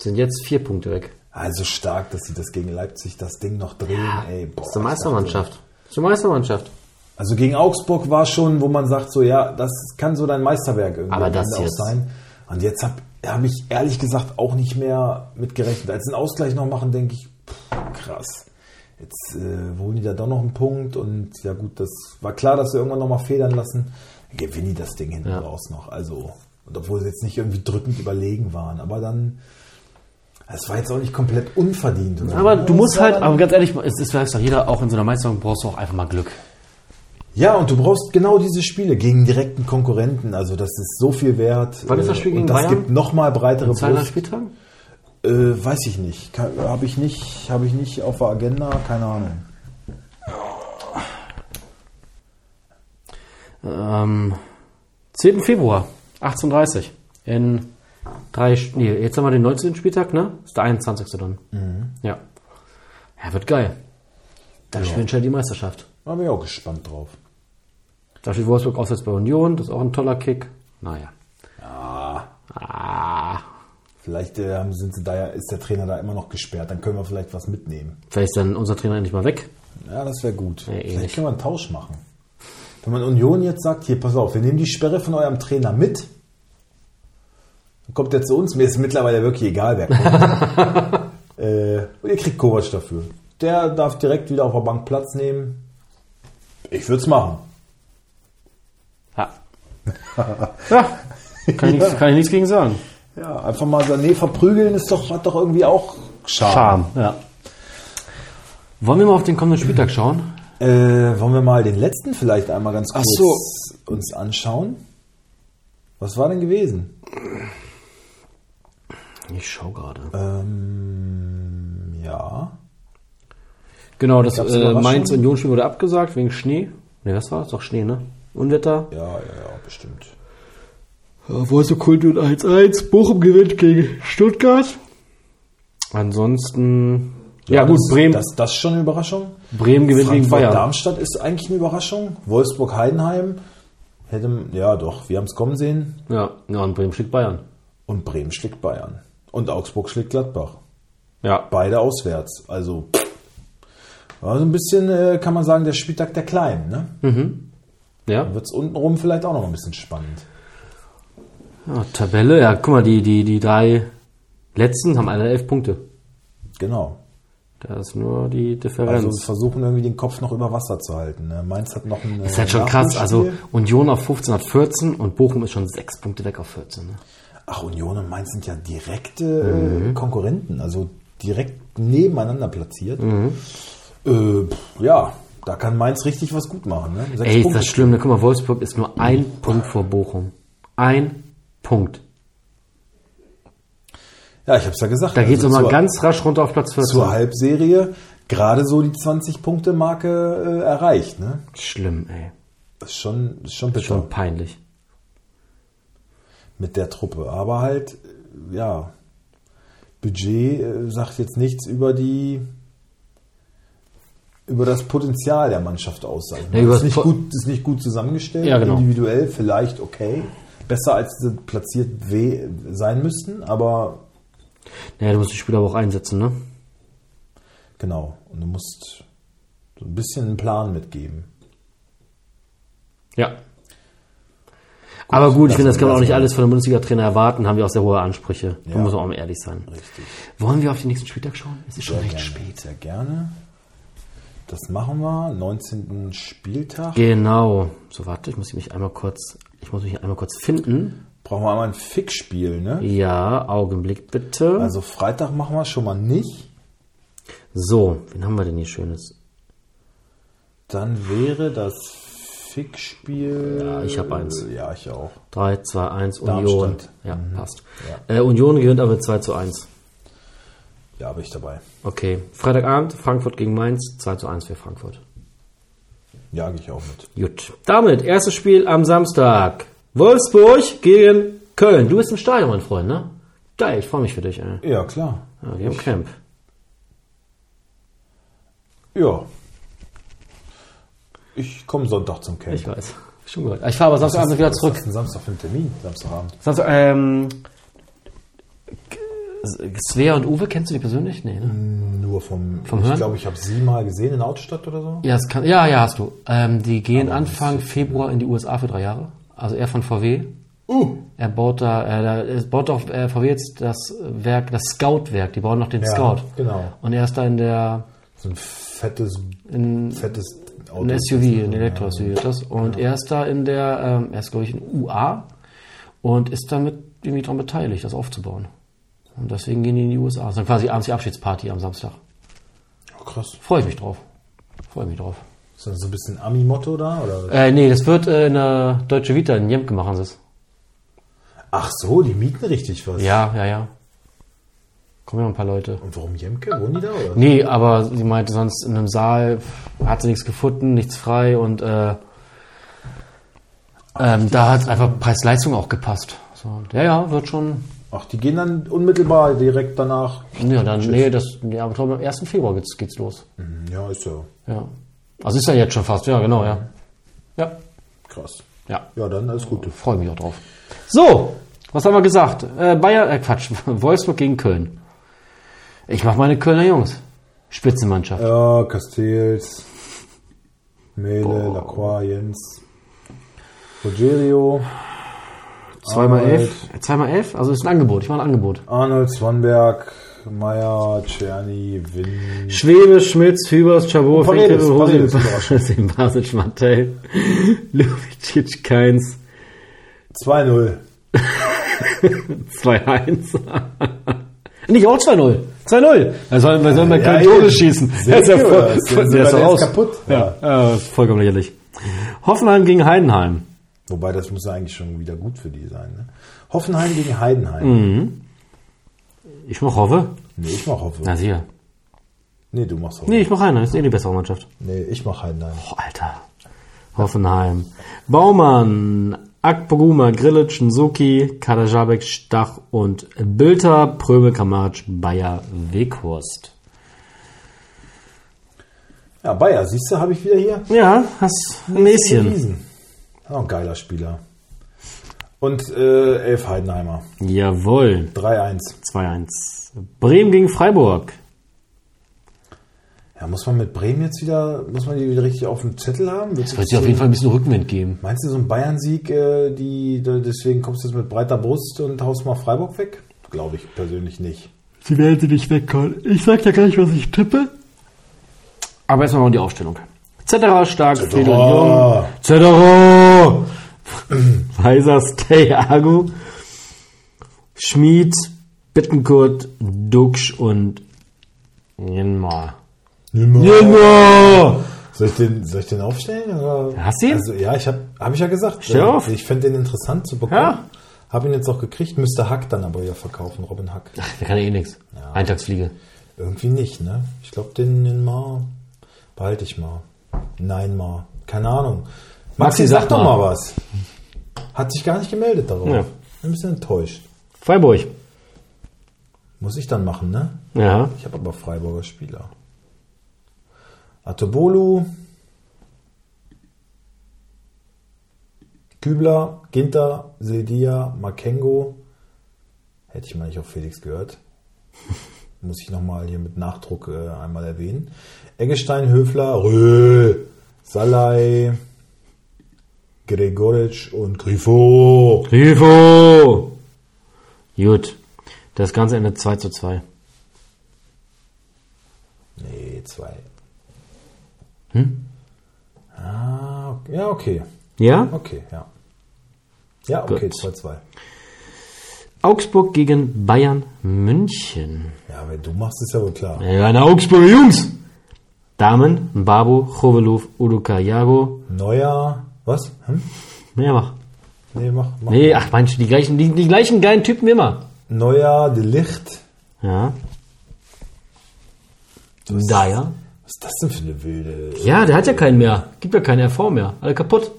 [SPEAKER 3] Sind jetzt vier Punkte weg.
[SPEAKER 2] Also stark, dass sie das gegen Leipzig das Ding noch drehen, Ah, ey. Boah,
[SPEAKER 3] Zur Meistermannschaft. Zur Meistermannschaft.
[SPEAKER 2] Also gegen Augsburg war schon, wo man sagt, so ja, das kann so dein Meisterwerk irgendwie
[SPEAKER 3] Aber
[SPEAKER 2] am
[SPEAKER 3] das
[SPEAKER 2] Ende
[SPEAKER 3] jetzt.
[SPEAKER 2] sein. Und jetzt habe hab ich ehrlich gesagt auch nicht mehr mitgerechnet. Als sie einen Ausgleich noch machen, denke ich, pff, krass. Jetzt äh, holen die da doch noch einen Punkt und ja gut, das war klar, dass wir irgendwann nochmal federn lassen. Dann Gewinnen die das Ding hinten
[SPEAKER 3] Ja.
[SPEAKER 2] raus noch. Also, und obwohl sie jetzt nicht irgendwie drückend überlegen waren, aber dann, es war jetzt auch nicht komplett unverdient. oder?
[SPEAKER 3] Aber du
[SPEAKER 2] Es
[SPEAKER 3] musst
[SPEAKER 2] war
[SPEAKER 3] halt,
[SPEAKER 2] dann-
[SPEAKER 3] aber ganz ehrlich, es, es weiß doch jeder, auch in so einer Meisterung brauchst du auch einfach mal Glück.
[SPEAKER 2] Ja, und du brauchst genau diese Spiele gegen direkten Konkurrenten. Also das ist so viel wert. Äh,
[SPEAKER 3] Wann ist das Spiel
[SPEAKER 2] und
[SPEAKER 3] gegen
[SPEAKER 2] das
[SPEAKER 3] Bayern?
[SPEAKER 2] gibt nochmal breitere
[SPEAKER 3] Zweiter
[SPEAKER 2] Brust.
[SPEAKER 3] Spieltag?
[SPEAKER 2] Äh, weiß ich nicht. Habe ich nicht, habe ich nicht auf der Agenda, keine Ahnung.
[SPEAKER 3] Ähm, 10. Februar, 18.30 In drei, Sch- nee, jetzt haben wir den 19. Spieltag, ne? Ist der 21. dann.
[SPEAKER 2] Mhm.
[SPEAKER 3] Ja. Ja, wird geil. Dann ja. entscheidet die Meisterschaft.
[SPEAKER 2] Da bin ich auch gespannt drauf.
[SPEAKER 3] Da steht Wolfsburg auswärts bei Union, das ist auch ein toller Kick. Naja. Ah.
[SPEAKER 2] Vielleicht äh, haben- sind sie da ja, ist der Trainer da immer noch gesperrt, dann können wir vielleicht was mitnehmen.
[SPEAKER 3] Vielleicht ist dann unser Trainer endlich mal weg.
[SPEAKER 2] Ja, das wäre gut.
[SPEAKER 3] eh
[SPEAKER 2] vielleicht
[SPEAKER 3] nicht.
[SPEAKER 2] können wir einen Tausch machen. Wenn man Union jetzt sagt, hier, pass auf, wir nehmen die Sperre von eurem Trainer mit, dann kommt der zu uns, mir ist mittlerweile wirklich egal, wer kommt. äh, und ihr kriegt Kovac dafür. Der darf direkt wieder auf der Bank Platz nehmen. Ich würde es machen.
[SPEAKER 3] Ja. ja. Kann, ich nichts, kann ich nichts gegen sagen.
[SPEAKER 2] Ja, einfach mal so, nee, verprügeln ist doch, hat doch irgendwie auch Charme.
[SPEAKER 3] ja. Wollen wir mal auf den kommenden Spieltag schauen?
[SPEAKER 2] Äh, wollen wir mal den letzten vielleicht einmal ganz
[SPEAKER 3] Ach
[SPEAKER 2] kurz uns anschauen? Was war denn gewesen?
[SPEAKER 3] Ich schau gerade.
[SPEAKER 2] Äh, Ähm, ja.
[SPEAKER 3] Genau, das
[SPEAKER 2] Gab's
[SPEAKER 3] äh,
[SPEAKER 2] Überraschungen?
[SPEAKER 3] Mainz-Union-Spiel wurde abgesagt wegen Schnee. Ne, was war das? Doch Schnee, ne? Unwetter.
[SPEAKER 2] Ja, ja, ja, bestimmt.
[SPEAKER 3] Wolfsburg Kultur 1-1. Bochum gewinnt gegen Stuttgart. Ansonsten. Ja, gut,
[SPEAKER 2] das,
[SPEAKER 3] Bremen.
[SPEAKER 2] Das, das ist schon eine Überraschung.
[SPEAKER 3] Bremen gewinnt gegen
[SPEAKER 2] Frankfurt,
[SPEAKER 3] Bayern.
[SPEAKER 2] Darmstadt ist eigentlich eine Überraschung. Wolfsburg, Heidenheim. Hätte, ja, doch, wir haben es kommen sehen.
[SPEAKER 3] Ja, ja, und Bremen schlägt Bayern.
[SPEAKER 2] Und Bremen schlägt Bayern. Und Augsburg schlägt Gladbach.
[SPEAKER 3] Ja.
[SPEAKER 2] Beide auswärts. Also, also ein bisschen äh, kann man sagen, der Spieltag der Kleinen. Ne?
[SPEAKER 3] Ja.
[SPEAKER 2] Wird es untenrum vielleicht auch noch ein bisschen spannend.
[SPEAKER 3] ja. Ah, Tabelle, ja, guck mal, die, die, die drei letzten haben alle elf Punkte.
[SPEAKER 2] Genau.
[SPEAKER 3] Da ist nur die Differenz.
[SPEAKER 2] Also versuchen irgendwie den Kopf noch über Wasser zu halten. Ne? Mainz hat noch ein.
[SPEAKER 3] Das ist halt schon krass. Also Union auf 15 hat 14 und Bochum ist schon sechs Punkte weg auf 14. Ne?
[SPEAKER 2] Ach, Union und Mainz sind ja direkte
[SPEAKER 3] Mhm.
[SPEAKER 2] äh, Konkurrenten, also direkt nebeneinander platziert.
[SPEAKER 3] Mhm.
[SPEAKER 2] Äh, pff, ja, da kann Mainz richtig was gut machen. Ne? Sechs
[SPEAKER 3] Ey, ist
[SPEAKER 2] Punkte.
[SPEAKER 3] das schlimm. Ne? Guck mal, Wolfsburg ist nur ein Punkt vor Bochum. Ein Punkt.
[SPEAKER 2] ja, ich hab's ja gesagt.
[SPEAKER 3] Da geht's
[SPEAKER 2] also
[SPEAKER 3] nochmal
[SPEAKER 2] zur,
[SPEAKER 3] ganz rasch runter auf Platz 14.
[SPEAKER 2] zur Halbserie gerade so die 20-Punkte-Marke äh, erreicht. Ne?
[SPEAKER 3] Schlimm, ey.
[SPEAKER 2] Das ist schon, das ist schon bitter
[SPEAKER 3] Schon peinlich.
[SPEAKER 2] mit der Truppe. Aber halt, äh, ja, Budget äh, sagt jetzt nichts über die über das Potenzial der Mannschaft aus. Sagen.
[SPEAKER 3] Ja, über
[SPEAKER 2] ist,
[SPEAKER 3] das
[SPEAKER 2] nicht
[SPEAKER 3] Po-
[SPEAKER 2] gut, ist nicht gut zusammengestellt,
[SPEAKER 3] Ja, genau.
[SPEAKER 2] individuell vielleicht okay. Besser als sie platziert w sein müssten, aber
[SPEAKER 3] Naja, du musst die Spieler aber auch einsetzen, ne?
[SPEAKER 2] genau. Und du musst so ein bisschen einen Plan mitgeben.
[SPEAKER 3] Ja. aber gut, ich finde, das
[SPEAKER 2] lassen
[SPEAKER 3] kann man auch
[SPEAKER 2] wir
[SPEAKER 3] nicht
[SPEAKER 2] das mal.
[SPEAKER 3] alles von einem Bundesliga-Trainer erwarten, haben wir auch sehr hohe Ansprüche. Da
[SPEAKER 2] Ja.
[SPEAKER 3] muss man auch mal ehrlich sein.
[SPEAKER 2] Richtig.
[SPEAKER 3] Wollen wir auf den nächsten Spieltag schauen? Es ist schon recht
[SPEAKER 2] Gerne,
[SPEAKER 3] spät.
[SPEAKER 2] Sehr gerne. Das machen wir. 19. Spieltag.
[SPEAKER 3] Genau. So, warte, ich muss mich einmal kurz, ich muss mich einmal kurz finden.
[SPEAKER 2] Brauchen wir einmal ein Fickspiel, ne?
[SPEAKER 3] Ja, Augenblick bitte.
[SPEAKER 2] Also Freitag machen wir schon mal nicht.
[SPEAKER 3] so, wen haben wir denn hier Schönes?
[SPEAKER 2] Dann wäre das Fickspiel.
[SPEAKER 3] Ja, ich hab eins.
[SPEAKER 2] Ja, ich auch.
[SPEAKER 3] 3, 2, 1, Union.
[SPEAKER 2] Darmstadt.
[SPEAKER 3] Ja, passt. Äh, Union gewinnt aber mit 2 zu 1.
[SPEAKER 2] Ja, bin ich dabei.
[SPEAKER 3] Okay. Freitagabend, Frankfurt gegen Mainz, 2 zu 1 für Frankfurt.
[SPEAKER 2] Ja, gehe ich auch mit.
[SPEAKER 3] Gut. Damit, erstes Spiel am Samstag. Wolfsburg gegen Köln. Du bist im Stadion, mein Freund, ne? Geil, ich freue mich für dich, ey.
[SPEAKER 2] Ja, klar.
[SPEAKER 3] Ja, wir haben Camp.
[SPEAKER 2] Ja. Ich komme Sonntag zum Camp.
[SPEAKER 3] Ich weiß. Schon gehört. Ich fahre aber Samstagabend wieder zurück.
[SPEAKER 2] Was ist denn Samstag für einen Termin? Samstagabend.
[SPEAKER 3] Samstag, ähm, Svea und Uwe, kennst du die persönlich? Nee, ne?
[SPEAKER 2] Nur vom,
[SPEAKER 3] Vom
[SPEAKER 2] ich
[SPEAKER 3] Hören?
[SPEAKER 2] glaube, ich habe sie mal gesehen in der Autostadt oder so.
[SPEAKER 3] Ja, das kann, ja, ja, hast du. Ähm, die gehen Anfang Februar in die USA für drei Jahre. Also er von VW.
[SPEAKER 2] Uh.
[SPEAKER 3] Er baut da, äh, da er baut auf äh, VW jetzt das Werk, das Scout-Werk. Die bauen noch den
[SPEAKER 2] Ja,
[SPEAKER 3] Scout.
[SPEAKER 2] genau.
[SPEAKER 3] Und er ist da in der
[SPEAKER 2] So ein fettes, fettes Auto.
[SPEAKER 3] ein SUV, ein Elektro-SUV ist das. Und
[SPEAKER 2] Genau.
[SPEAKER 3] er ist da in der, ähm, er ist glaube ich in UA und ist damit irgendwie daran beteiligt, das aufzubauen. Und deswegen gehen die in die USA. Das ist dann quasi abends die Abschiedsparty am Samstag.
[SPEAKER 2] Oh, krass.
[SPEAKER 3] Freue ich mich drauf. Freue mich drauf.
[SPEAKER 2] Ist das so ein bisschen Ami-Motto da? Oder?
[SPEAKER 3] Äh, nee, das wird äh, in der Deutsche Vita in Jemke machen sie es.
[SPEAKER 2] Ach so, die mieten richtig was.
[SPEAKER 3] Ja, ja, ja. Kommen ja ein paar Leute.
[SPEAKER 2] Und warum Jemke? Wohnen die da? Oder?
[SPEAKER 3] Nee, aber sie meinte sonst in einem Saal pff, hat sie nichts gefunden, nichts frei und äh, ähm, da hat einfach Preis-Leistung auch gepasst. So, ja, ja, wird schon.
[SPEAKER 2] Ach, die gehen dann unmittelbar direkt danach.
[SPEAKER 3] Ja, dann, nee, das, ja, aber ich glaube, am 1. Februar geht's, geht's los.
[SPEAKER 2] Hm, Ja, ist ja
[SPEAKER 3] Ja. Also ist ja jetzt schon fast, ja, genau, ja. Ja,
[SPEAKER 2] krass.
[SPEAKER 3] ja.
[SPEAKER 2] Ja, dann alles Gute.
[SPEAKER 3] Freue mich auch drauf. So, was haben wir gesagt? Äh, Bayern, äh, Quatsch, Wolfsburg gegen Köln. Ich mache meine Kölner Jungs. Spitzenmannschaft.
[SPEAKER 2] Ja, Castells, Mele, Lacroix, Jens, Rogerio,
[SPEAKER 3] Zweimal
[SPEAKER 2] Arnold.
[SPEAKER 3] elf. Äh, Zweimal elf? Also ist ein Angebot. Ich mache ein Angebot.
[SPEAKER 2] Arnold, Swanberg, Meyer, Czerny, Win.
[SPEAKER 3] Schwebe, Schmitz, Fübers, Chabot,
[SPEAKER 2] Paredes,
[SPEAKER 3] Finkel, Hose,
[SPEAKER 2] Paredes, überraschend.
[SPEAKER 3] Simbasic, Mattel, Lubicic, Keins,
[SPEAKER 2] 2-0.
[SPEAKER 3] 2-1. Nicht auch 2-0. 2-0. Da sollen wir, sollen wir
[SPEAKER 2] Ja,
[SPEAKER 3] keine
[SPEAKER 2] eben.
[SPEAKER 3] Tore schießen. Der ist ja
[SPEAKER 2] Seht ihr,
[SPEAKER 3] voll,
[SPEAKER 2] oder? Ist
[SPEAKER 3] voll,
[SPEAKER 2] der
[SPEAKER 3] der ist
[SPEAKER 2] sogar-
[SPEAKER 3] ja
[SPEAKER 2] der
[SPEAKER 3] raus.
[SPEAKER 2] ist kaputt.
[SPEAKER 3] Ja, ja. ist vollkommen lächerlich. Hoffenheim gegen Heidenheim.
[SPEAKER 2] Wobei, das muss ja eigentlich schon wieder gut für die sein. Ne? Hoffenheim gegen Heidenheim.
[SPEAKER 3] Ich mach Hoffe.
[SPEAKER 2] Nee, ich mach Hoffenheim.
[SPEAKER 3] Na, sicher.
[SPEAKER 2] Nee, du machst Hoffenheim.
[SPEAKER 3] Nee, ich mach Heidenheim. Ist eh die bessere Mannschaft.
[SPEAKER 2] Nee, ich mach Heidenheim.
[SPEAKER 3] Oh, Alter. Hoffenheim. Baumann, Akpoguma, Grillitsch, Nzuki, Kadajabek, Stach und Bilter, Prömel, Kamatsch, Bayer, Weghorst.
[SPEAKER 2] Ja, Bayer, siehst du, habe ich wieder hier.
[SPEAKER 3] Ja, hast ein Näschen.
[SPEAKER 2] Riesen. Auch ein geiler Spieler. Und äh, elf Heidenheimer.
[SPEAKER 3] Jawohl.
[SPEAKER 2] 3-1.
[SPEAKER 3] 2-1. Bremen gegen Freiburg.
[SPEAKER 2] Ja, muss man mit Bremen jetzt wieder, muss man die wieder richtig auf dem Zettel haben? Wird
[SPEAKER 3] Wird dir auf jeden Fall ein bisschen Rückwind geben.
[SPEAKER 2] Meinst du so ein Bayern-Sieg, äh, die, da- deswegen kommst du jetzt mit breiter Brust und haust mal Freiburg weg? Glaube ich persönlich nicht.
[SPEAKER 3] Sie werden sie nicht wegkommen. Ich sag ja gar nicht, was ich tippe. Aber erstmal mal die Aufstellung. Zetterer stark, Friedel Jung. Zetterer! Weiser, Stay, Agu. Schmied, Bittenkurt, Duxch und Jenmar. Jenmar!
[SPEAKER 2] Soll ich den, soll ich den aufstellen? Oder?
[SPEAKER 3] Hast du ihn?
[SPEAKER 2] Also, ja, ich habe hab ich ja gesagt.
[SPEAKER 3] Stell
[SPEAKER 2] Äh,
[SPEAKER 3] auf.
[SPEAKER 2] Ich fände den interessant zu bekommen.
[SPEAKER 3] Ja.
[SPEAKER 2] Habe ihn jetzt auch gekriegt. Müsste Hack dann aber ja verkaufen, Robin Hack.
[SPEAKER 3] Ach, der kann ja eh nix. Eintagsfliege.
[SPEAKER 2] Irgendwie nicht, ne? Ich glaube, den, den mal behalte ich mal. Nein, mal. Keine Ahnung. Maxi, sag, doch mal was. Hat sich gar nicht gemeldet darauf.
[SPEAKER 3] Ja.
[SPEAKER 2] Ein bisschen enttäuscht.
[SPEAKER 3] Freiburg.
[SPEAKER 2] Muss ich dann machen, ne?
[SPEAKER 3] Ja.
[SPEAKER 2] Ich habe aber Freiburger Spieler. Atobolu. Kübler, Ginter, Sedia, Makengo. Hätte ich mal nicht auf Felix gehört. Muss ich nochmal hier mit Nachdruck äh, einmal erwähnen. Eggestein, Höfler, Rö, Salai, Gregoritsch und Grifo.
[SPEAKER 3] Grifo! Gut. Das Ganze endet 2 zu 2.
[SPEAKER 2] Nee, zwei. Hm? Ah, ok- ja, okay.
[SPEAKER 3] Ja?
[SPEAKER 2] Okay, ja. Ja, okay,
[SPEAKER 3] Hm? Gut.
[SPEAKER 2] 2-2.
[SPEAKER 3] Augsburg gegen Bayern München.
[SPEAKER 2] Ja, wenn du machst, ist ja wohl klar.
[SPEAKER 3] Ja, na Augsburger Jungs! Damen, Babu, Chovelov, Udoka, Jago,
[SPEAKER 2] Neuer, Was? Hm?
[SPEAKER 3] Nee, mach.
[SPEAKER 2] Nee, mach. mach.
[SPEAKER 3] Nee, ach manche, die gleichen, die, die gleichen geilen Typen wie immer.
[SPEAKER 2] Neuer, De Licht.
[SPEAKER 3] Ja.
[SPEAKER 2] Was ist-
[SPEAKER 3] Dyer.
[SPEAKER 2] Was ist das denn für eine wilde.
[SPEAKER 3] Ja, der hat ja keinen mehr. Gibt ja keinen RV mehr. Alle kaputt.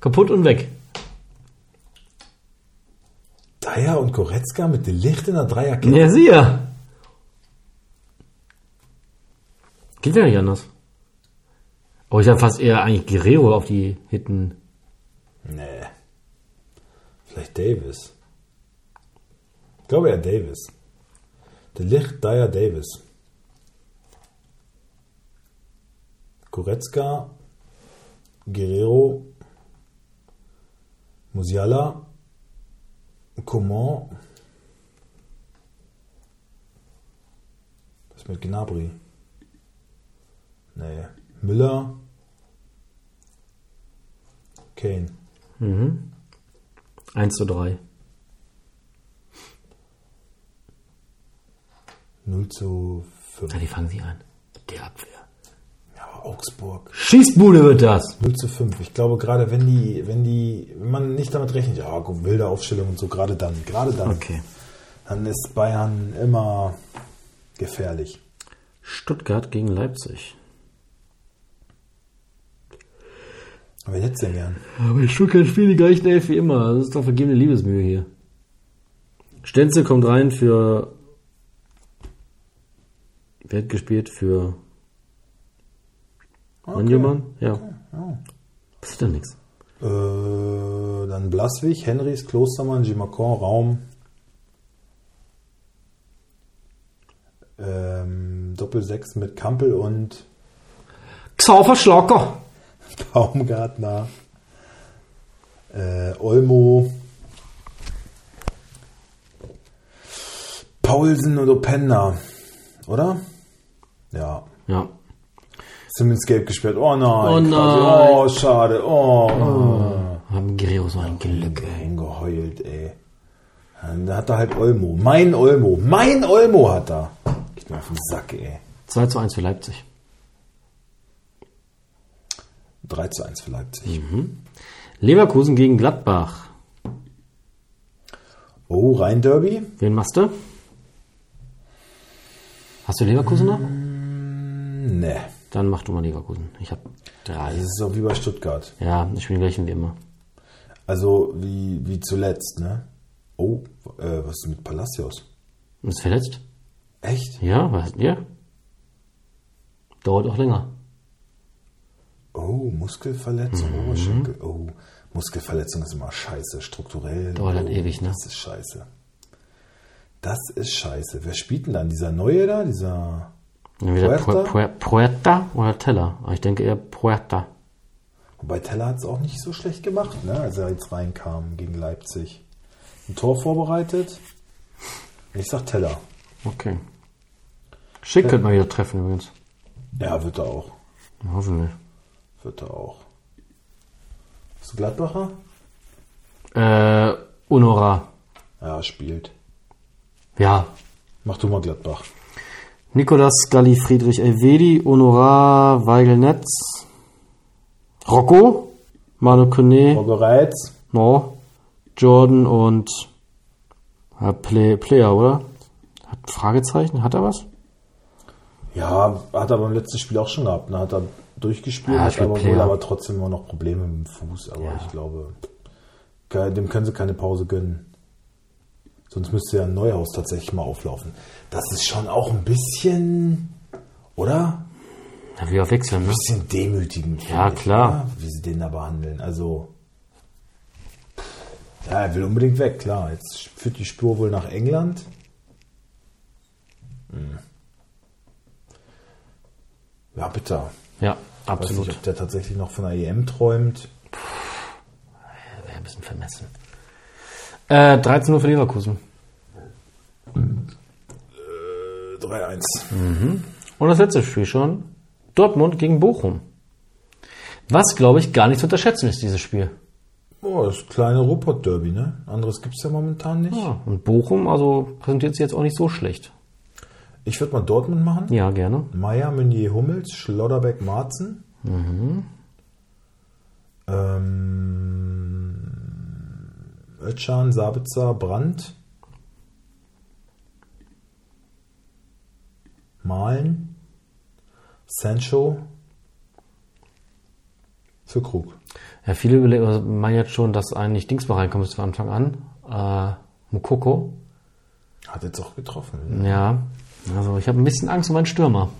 [SPEAKER 3] Kaputt und weg.
[SPEAKER 2] Dyer und Goretzka mit De Licht in der Dreierkette.
[SPEAKER 3] Ja, sieh ja. Geht ja nicht anders. Aber ich habe fast eher eigentlich Guerrero auf die Hitten.
[SPEAKER 2] Nee. Vielleicht Davis. Ich glaube ja Davis. De Licht, Dyer, Davis. Goretzka, Guerrero, Musiala, Coman. Was ist mit Gnabry? Nee. Müller. Kane.
[SPEAKER 3] 1 zu 3.
[SPEAKER 2] 0 zu 5.
[SPEAKER 3] Ja, die fangen sie an. Der Abwehr.
[SPEAKER 2] Ja, aber Augsburg.
[SPEAKER 3] Schießbude wird das.
[SPEAKER 2] 0 zu 5. Ich glaube, gerade wenn die, wenn die, wenn man nicht damit rechnet, ja, gut, wilde Aufstellung und so, gerade dann, gerade dann, dann ist Bayern immer gefährlich.
[SPEAKER 3] Stuttgart gegen Leipzig.
[SPEAKER 2] Aber jetzt denn gern?
[SPEAKER 3] Aber Stuttgart spielt die gleichen Elf wie immer. Das ist doch vergebene Liebesmühe hier. Stenzel kommt rein für. Wer hat gespielt? Für. Manjumann? Ja. Das ist doch nichts.
[SPEAKER 2] Äh, dann Blaswig, Henrys, Klostermann, Gimacon, Raum. Ähm, Doppel-6 mit Kampel und
[SPEAKER 3] Xaufer Schlacker!
[SPEAKER 2] Baumgartner, äh, Olmo, Paulsen und Openda, oder? Ja.
[SPEAKER 3] Ja.
[SPEAKER 2] Zumindest gelb gesperrt. Oh nein.
[SPEAKER 3] Oh
[SPEAKER 2] quasi.
[SPEAKER 3] nein.
[SPEAKER 2] Oh, schade. Oh.
[SPEAKER 3] Haben Guerrero so ein Glück,
[SPEAKER 2] oh.
[SPEAKER 3] ey.
[SPEAKER 2] Hingeheult, ey. Dann hat er halt Olmo. Mein Olmo. Mein Olmo hat er. Geht mir auf den Sack, ey.
[SPEAKER 3] 2 zu 1 für Leipzig.
[SPEAKER 2] 3 zu 1 für
[SPEAKER 3] Hm.
[SPEAKER 2] Leipzig.
[SPEAKER 3] Leverkusen gegen Gladbach.
[SPEAKER 2] Oh, Rhein-Derby?
[SPEAKER 3] Wen machst du? Hast du Leverkusen noch?
[SPEAKER 2] Nee.
[SPEAKER 3] Dann mach du mal Leverkusen. Ich hab drei.
[SPEAKER 2] Das ist auch wie bei Stuttgart.
[SPEAKER 3] Ja, ich bin gleich wie immer.
[SPEAKER 2] Also wie, wie zuletzt, ne? Oh, äh, was ist mit Palacios?
[SPEAKER 3] Ist verletzt?
[SPEAKER 2] Echt?
[SPEAKER 3] Ja, was? Ja. Dauert auch länger.
[SPEAKER 2] Oh, Muskelverletzung,
[SPEAKER 3] Mhm.
[SPEAKER 2] Oberschenkel. Oh, Muskelverletzung ist immer scheiße, strukturell.
[SPEAKER 3] Dauert halt
[SPEAKER 2] oh,
[SPEAKER 3] ewig, ne?
[SPEAKER 2] Das ist scheiße. Das ist scheiße. Wer spielt denn dann? Dieser Neue da? Dieser...
[SPEAKER 3] Entweder
[SPEAKER 2] Puerta?
[SPEAKER 3] Puerta? Puerta oder Teller. Aber ich denke eher Puerta.
[SPEAKER 2] Wobei Teller hat es auch nicht so schlecht gemacht, ne? als er jetzt reinkam gegen Leipzig. Ein Tor vorbereitet. Ich sag Teller.
[SPEAKER 3] Okay. Schick könnte man wieder treffen übrigens.
[SPEAKER 2] Ja, wird er auch.
[SPEAKER 3] Hoffentlich.
[SPEAKER 2] Wird er auch. Bist du Gladbacher?
[SPEAKER 3] Äh, Unora.
[SPEAKER 2] Ja, spielt.
[SPEAKER 3] Ja.
[SPEAKER 2] Mach du mal Gladbach.
[SPEAKER 3] Nikolas Galli Friedrich Elvedi, Honora Weigel Netz, Rocco, Manu Kone,
[SPEAKER 2] Roger Reitz.
[SPEAKER 3] no, Jordan und ja, Play, Player, oder? Hat Fragezeichen, hat er was?
[SPEAKER 2] Ja, hat er beim letzten Spiel auch schon gehabt. Ne? Hat er durchgespielt,
[SPEAKER 3] Ja,
[SPEAKER 2] hat
[SPEAKER 3] spielt
[SPEAKER 2] aber wohl
[SPEAKER 3] Player.
[SPEAKER 2] aber trotzdem immer noch Probleme mit dem Fuß. Aber ich glaube, ke- dem können sie keine Pause gönnen. Sonst müsste ja ein Neuhaus tatsächlich mal auflaufen. Das ist schon auch ein bisschen, oder?
[SPEAKER 3] Na, wir wechseln, ne?
[SPEAKER 2] Ein bisschen demütigend. finde
[SPEAKER 3] Ja,
[SPEAKER 2] ich,
[SPEAKER 3] klar.
[SPEAKER 2] ne? Wie sie den da behandeln. Also, ja, er will unbedingt weg, klar. Jetzt führt die Spur wohl nach England. Hm. Ja, bitter.
[SPEAKER 3] Ja,
[SPEAKER 2] Weiß
[SPEAKER 3] absolut.
[SPEAKER 2] nicht, ob der tatsächlich noch von einer EM träumt.
[SPEAKER 3] Wäre ein bisschen vermessen. Äh, 13 Uhr für Leverkusen.
[SPEAKER 2] Äh, 3-1.
[SPEAKER 3] Und das letzte Spiel schon. Dortmund gegen Bochum. Was, glaube ich, gar nicht zu unterschätzen ist, dieses Spiel.
[SPEAKER 2] Boah, Oh, das kleine Ruhrpott-Derby, ne? Anderes gibt's ja momentan nicht.
[SPEAKER 3] Ja, und Bochum, also präsentiert sich jetzt auch nicht so schlecht.
[SPEAKER 2] Ich würde mal Dortmund machen.
[SPEAKER 3] Ja, gerne.
[SPEAKER 2] Meier, Meunier, Hummels, Schlotterbeck, Marzen. Ähm, Özcan, Sabitzer, Brandt. Malen. Sancho. Für Krug.
[SPEAKER 3] Ja, viele überle- meinen jetzt schon, dass eigentlich Dings mal reinkommt von Anfang an. Äh, Mukoko.
[SPEAKER 2] Hat jetzt auch getroffen.
[SPEAKER 3] Ja. Also ich habe ein bisschen Angst um meinen Stürmer.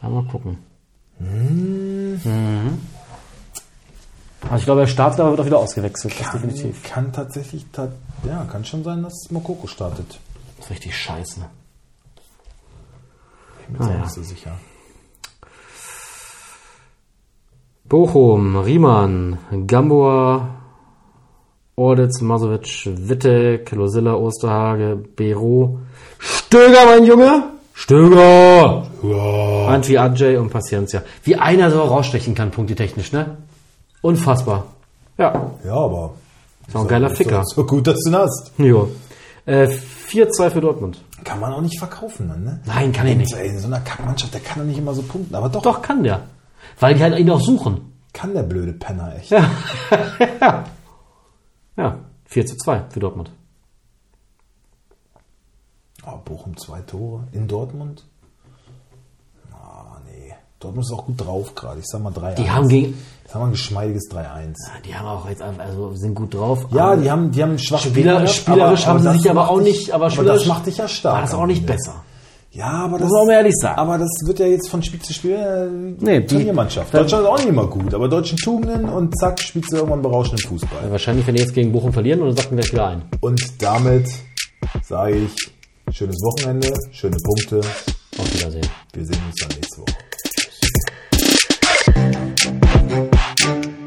[SPEAKER 3] Aber mal gucken. Mhm. Also ich glaube, der Startler wird auch wieder ausgewechselt. Das definitiv.
[SPEAKER 2] Kann tatsächlich, ta- ja, kann schon sein, dass Mokoko startet.
[SPEAKER 3] Das ist richtig scheiße.
[SPEAKER 2] Ich bin mir
[SPEAKER 3] Ah, ja.
[SPEAKER 2] nicht so sicher.
[SPEAKER 3] Bochum, Riemann, Gamboa, Orditz, Masovic, Wittek, Losilla, Osterhage, Bero, Stöger, mein Junge! Stöger!
[SPEAKER 2] Ja.
[SPEAKER 3] Antwi Adjay und Paciencia. Wie einer so rausstechen kann, punktetechnisch, ne? Unfassbar. Ja,
[SPEAKER 2] Ja, aber.
[SPEAKER 3] ist auch ein geiler
[SPEAKER 2] so-
[SPEAKER 3] Ficker.
[SPEAKER 2] So gut, dass du ihn hast.
[SPEAKER 3] Jo. Äh, 4-2 für Dortmund.
[SPEAKER 2] Kann man auch nicht verkaufen dann, ne?
[SPEAKER 3] Nein, kann ich nicht.
[SPEAKER 2] Ey, in so einer Kackmannschaft, der kann doch nicht immer so punkten. Aber doch,
[SPEAKER 3] Doch, kann der. Weil die halt ihn auch suchen.
[SPEAKER 2] kann der blöde Penner echt.
[SPEAKER 3] Ja, 4 zu 2 für Dortmund.
[SPEAKER 2] Oh, Bochum zwei Tore. In Dortmund? Ah, nee. Dortmund ist auch gut drauf gerade. Ich sag mal 3-1.
[SPEAKER 3] Die haben gegen-
[SPEAKER 2] Ich sag mal ein geschmeidiges 3-1.
[SPEAKER 3] Ah, Die haben auch jetzt einfach, also sind gut drauf.
[SPEAKER 2] Ja,
[SPEAKER 3] aber-
[SPEAKER 2] die haben, die haben einen schwachen
[SPEAKER 3] Spieler-
[SPEAKER 2] Gegner,
[SPEAKER 3] spielerisch haben sie
[SPEAKER 2] das
[SPEAKER 3] sich aber
[SPEAKER 2] macht
[SPEAKER 3] auch
[SPEAKER 2] dich-
[SPEAKER 3] nicht- aber
[SPEAKER 2] aber das
[SPEAKER 3] spielerisch
[SPEAKER 2] macht dich ja stark.
[SPEAKER 3] war das
[SPEAKER 2] am
[SPEAKER 3] auch nicht
[SPEAKER 2] Ende.
[SPEAKER 3] besser.
[SPEAKER 2] Ja, aber das,
[SPEAKER 3] Muss man auch mal ehrlich sagen.
[SPEAKER 2] aber das wird ja jetzt von Spiel zu Spiel äh,
[SPEAKER 3] Nee, die-
[SPEAKER 2] Turniermannschaft.
[SPEAKER 3] dann-
[SPEAKER 2] Deutschland ist auch nicht immer gut, aber deutschen Tugenden und zack, spielst du irgendwann berauschenden Fußball.
[SPEAKER 3] Wahrscheinlich, wenn die jetzt gegen Bochum verlieren und dann sacken gleich wieder ein.
[SPEAKER 2] Und damit sage ich, schönes Wochenende, schöne Punkte.
[SPEAKER 3] Auf Wiedersehen.
[SPEAKER 2] Wir sehen uns dann nächste Woche.